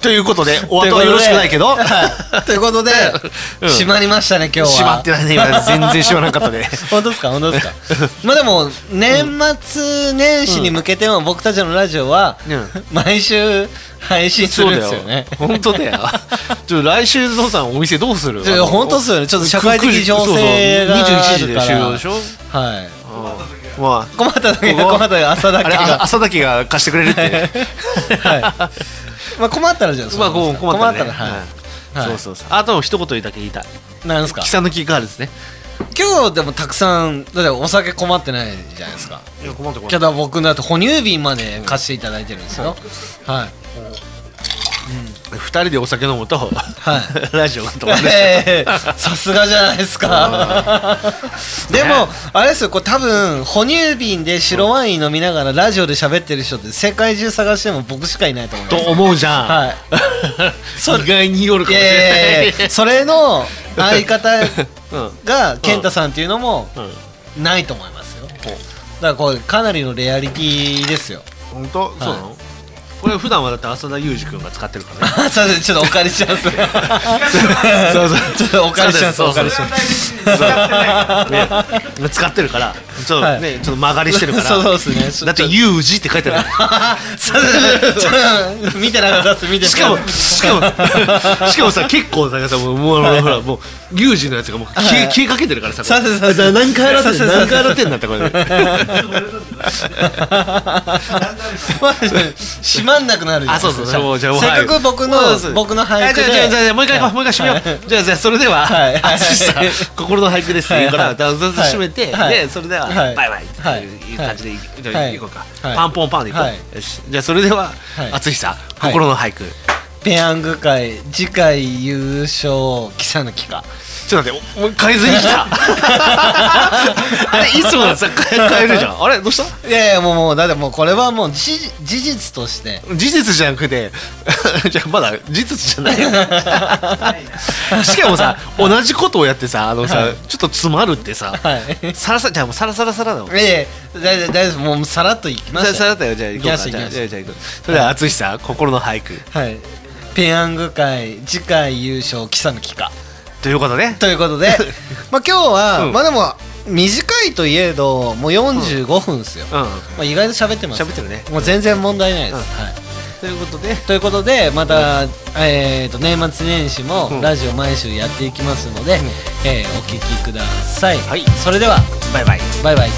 Speaker 3: ということ でお後はよろしくないけ
Speaker 2: は
Speaker 3: ど
Speaker 2: い ということで
Speaker 3: うん
Speaker 2: 閉まりましたね今日は
Speaker 3: 閉まってないね 今全然閉まらなかったね
Speaker 2: 本当ですか本 当ですかまあでも年末年始に向けても僕たちのラジオは
Speaker 3: うん
Speaker 2: 毎週配信するんですよね
Speaker 3: 本当だよちょっと来週ゾウさんお店どうする
Speaker 2: いや本当っすよねちょっと社会的情勢が
Speaker 3: 21時で終了でしょ
Speaker 2: はい
Speaker 3: うんまあ
Speaker 2: 困った時が
Speaker 3: うわ
Speaker 2: 困った時朝だ
Speaker 3: あ
Speaker 2: け
Speaker 3: れ
Speaker 2: が
Speaker 3: あ朝だけが貸してくれるって
Speaker 2: はいまあ困ったらじゃあ
Speaker 3: まあこう困ったね
Speaker 2: らはい
Speaker 3: うん
Speaker 2: はい
Speaker 3: そうそうそうあと一言だけ言いたい
Speaker 2: なんですか
Speaker 3: キサヌキガールですね
Speaker 2: 今日でもたくさんだってお酒困ってないじゃないですか
Speaker 3: いや困った困
Speaker 2: けど僕だって哺乳瓶まで貸していただいてるんですよはい
Speaker 3: 二人でお酒飲むと
Speaker 2: はい
Speaker 3: ラジオが止まらない
Speaker 2: ええさすがじゃないですかでもあれですよこれ多分哺乳瓶で白ワイン飲みながらラジオで喋ってる人って世界中探しても僕しかいないと思い
Speaker 3: と
Speaker 2: ます
Speaker 3: 思うじゃん、
Speaker 2: はい それ
Speaker 3: 意外によるか
Speaker 2: い
Speaker 3: もし
Speaker 2: やいやい
Speaker 3: れ
Speaker 2: やいやそれの相方が健太さんっていうのも
Speaker 3: ない、うん、
Speaker 2: ないと思いますよだからこれかなりのレアリティですよ
Speaker 3: 本当、そうなのこれ普段はだって浅田裕二君が使ってるからね
Speaker 2: あすいませんちょっとお借りします。そうそう、ちょっとお借りします。
Speaker 3: そう
Speaker 2: お
Speaker 3: そう
Speaker 2: 借りします。
Speaker 3: ね 使ってるからちょっとね、
Speaker 2: はい
Speaker 3: ちょっと曲がりしてる から
Speaker 2: そうそうですね
Speaker 3: だって裕二って書いてある
Speaker 2: そうそうそう見てなかったです。見てな
Speaker 3: し
Speaker 2: か
Speaker 3: か
Speaker 2: っ
Speaker 3: も
Speaker 2: たです。
Speaker 3: しかもしかもさ結構さもうもうあのほらもう裕二のやつがもう消え消えかけてるからさこれ
Speaker 2: さすさす
Speaker 3: 何回洗ってん
Speaker 2: さ
Speaker 3: の
Speaker 2: す
Speaker 3: 何回洗って んだってこれ
Speaker 2: まあ閉まんなくなるじゃん
Speaker 3: あそうそう
Speaker 2: せっ
Speaker 3: もうじゃあもう
Speaker 2: かく僕の
Speaker 3: はいそう
Speaker 2: 僕の
Speaker 3: は
Speaker 2: 俳
Speaker 3: いじ
Speaker 2: 句
Speaker 3: ゃあじゃあじゃあ
Speaker 2: で
Speaker 3: じゃあもう一回行こうもう一回締めようじゃあじゃあそれでは
Speaker 2: はい
Speaker 3: 淳さん
Speaker 2: はい
Speaker 3: 心の俳句ですって言うからダンス締めて
Speaker 2: はい
Speaker 3: でそれでは
Speaker 2: はい
Speaker 3: バイバイって
Speaker 2: はい
Speaker 3: いう感じでいじゃあ
Speaker 2: はい
Speaker 3: 行こうか
Speaker 2: はい
Speaker 3: パンポンパンで行こ
Speaker 2: はいう
Speaker 3: よしじゃあそれでは
Speaker 2: はい
Speaker 3: 淳さん
Speaker 2: い
Speaker 3: 心の俳句
Speaker 2: ペヤング会次回優勝キサヌキ か。
Speaker 3: ちょっと待っておもう変えずに来たあれいつものさ変え変えるじゃんあれどうした
Speaker 2: いやいやもうもうだってもうこれはもう事実事実と して。
Speaker 3: 事実じゃなくて じゃあまだ事実じゃないよ ねしかもさ同じことをやってさあのさ、ちょっと詰まるってさ、
Speaker 2: はい。
Speaker 3: サラサラじゃあもうサラサラサラだもん
Speaker 2: ええ大丈夫大丈夫ですもうさらっといきま
Speaker 3: サラ
Speaker 2: す
Speaker 3: サラだよじゃあ行こうか
Speaker 2: 行き
Speaker 3: じ
Speaker 2: まし
Speaker 3: ゃ
Speaker 2: ょ
Speaker 3: あ
Speaker 2: う
Speaker 3: じゃあじゃあ行こうそれでは淳さん心の俳句
Speaker 2: はいペヤング会次回優勝キサヌキか
Speaker 3: ということね
Speaker 2: ということ でまあ今日は、
Speaker 3: うん
Speaker 2: まあでも短いといえどもう45分ですよ、
Speaker 3: うん
Speaker 2: まあ、意外と喋ってます
Speaker 3: 喋ってるね
Speaker 2: もう全然問題ないです、
Speaker 3: うん
Speaker 2: はい
Speaker 3: ということで
Speaker 2: ということでまた、えー、と年末年始も
Speaker 3: うん
Speaker 2: ラジオ毎週やっていきますので、えーお聞きください、
Speaker 3: はい
Speaker 2: それでは
Speaker 3: バイバイ
Speaker 2: バイバイ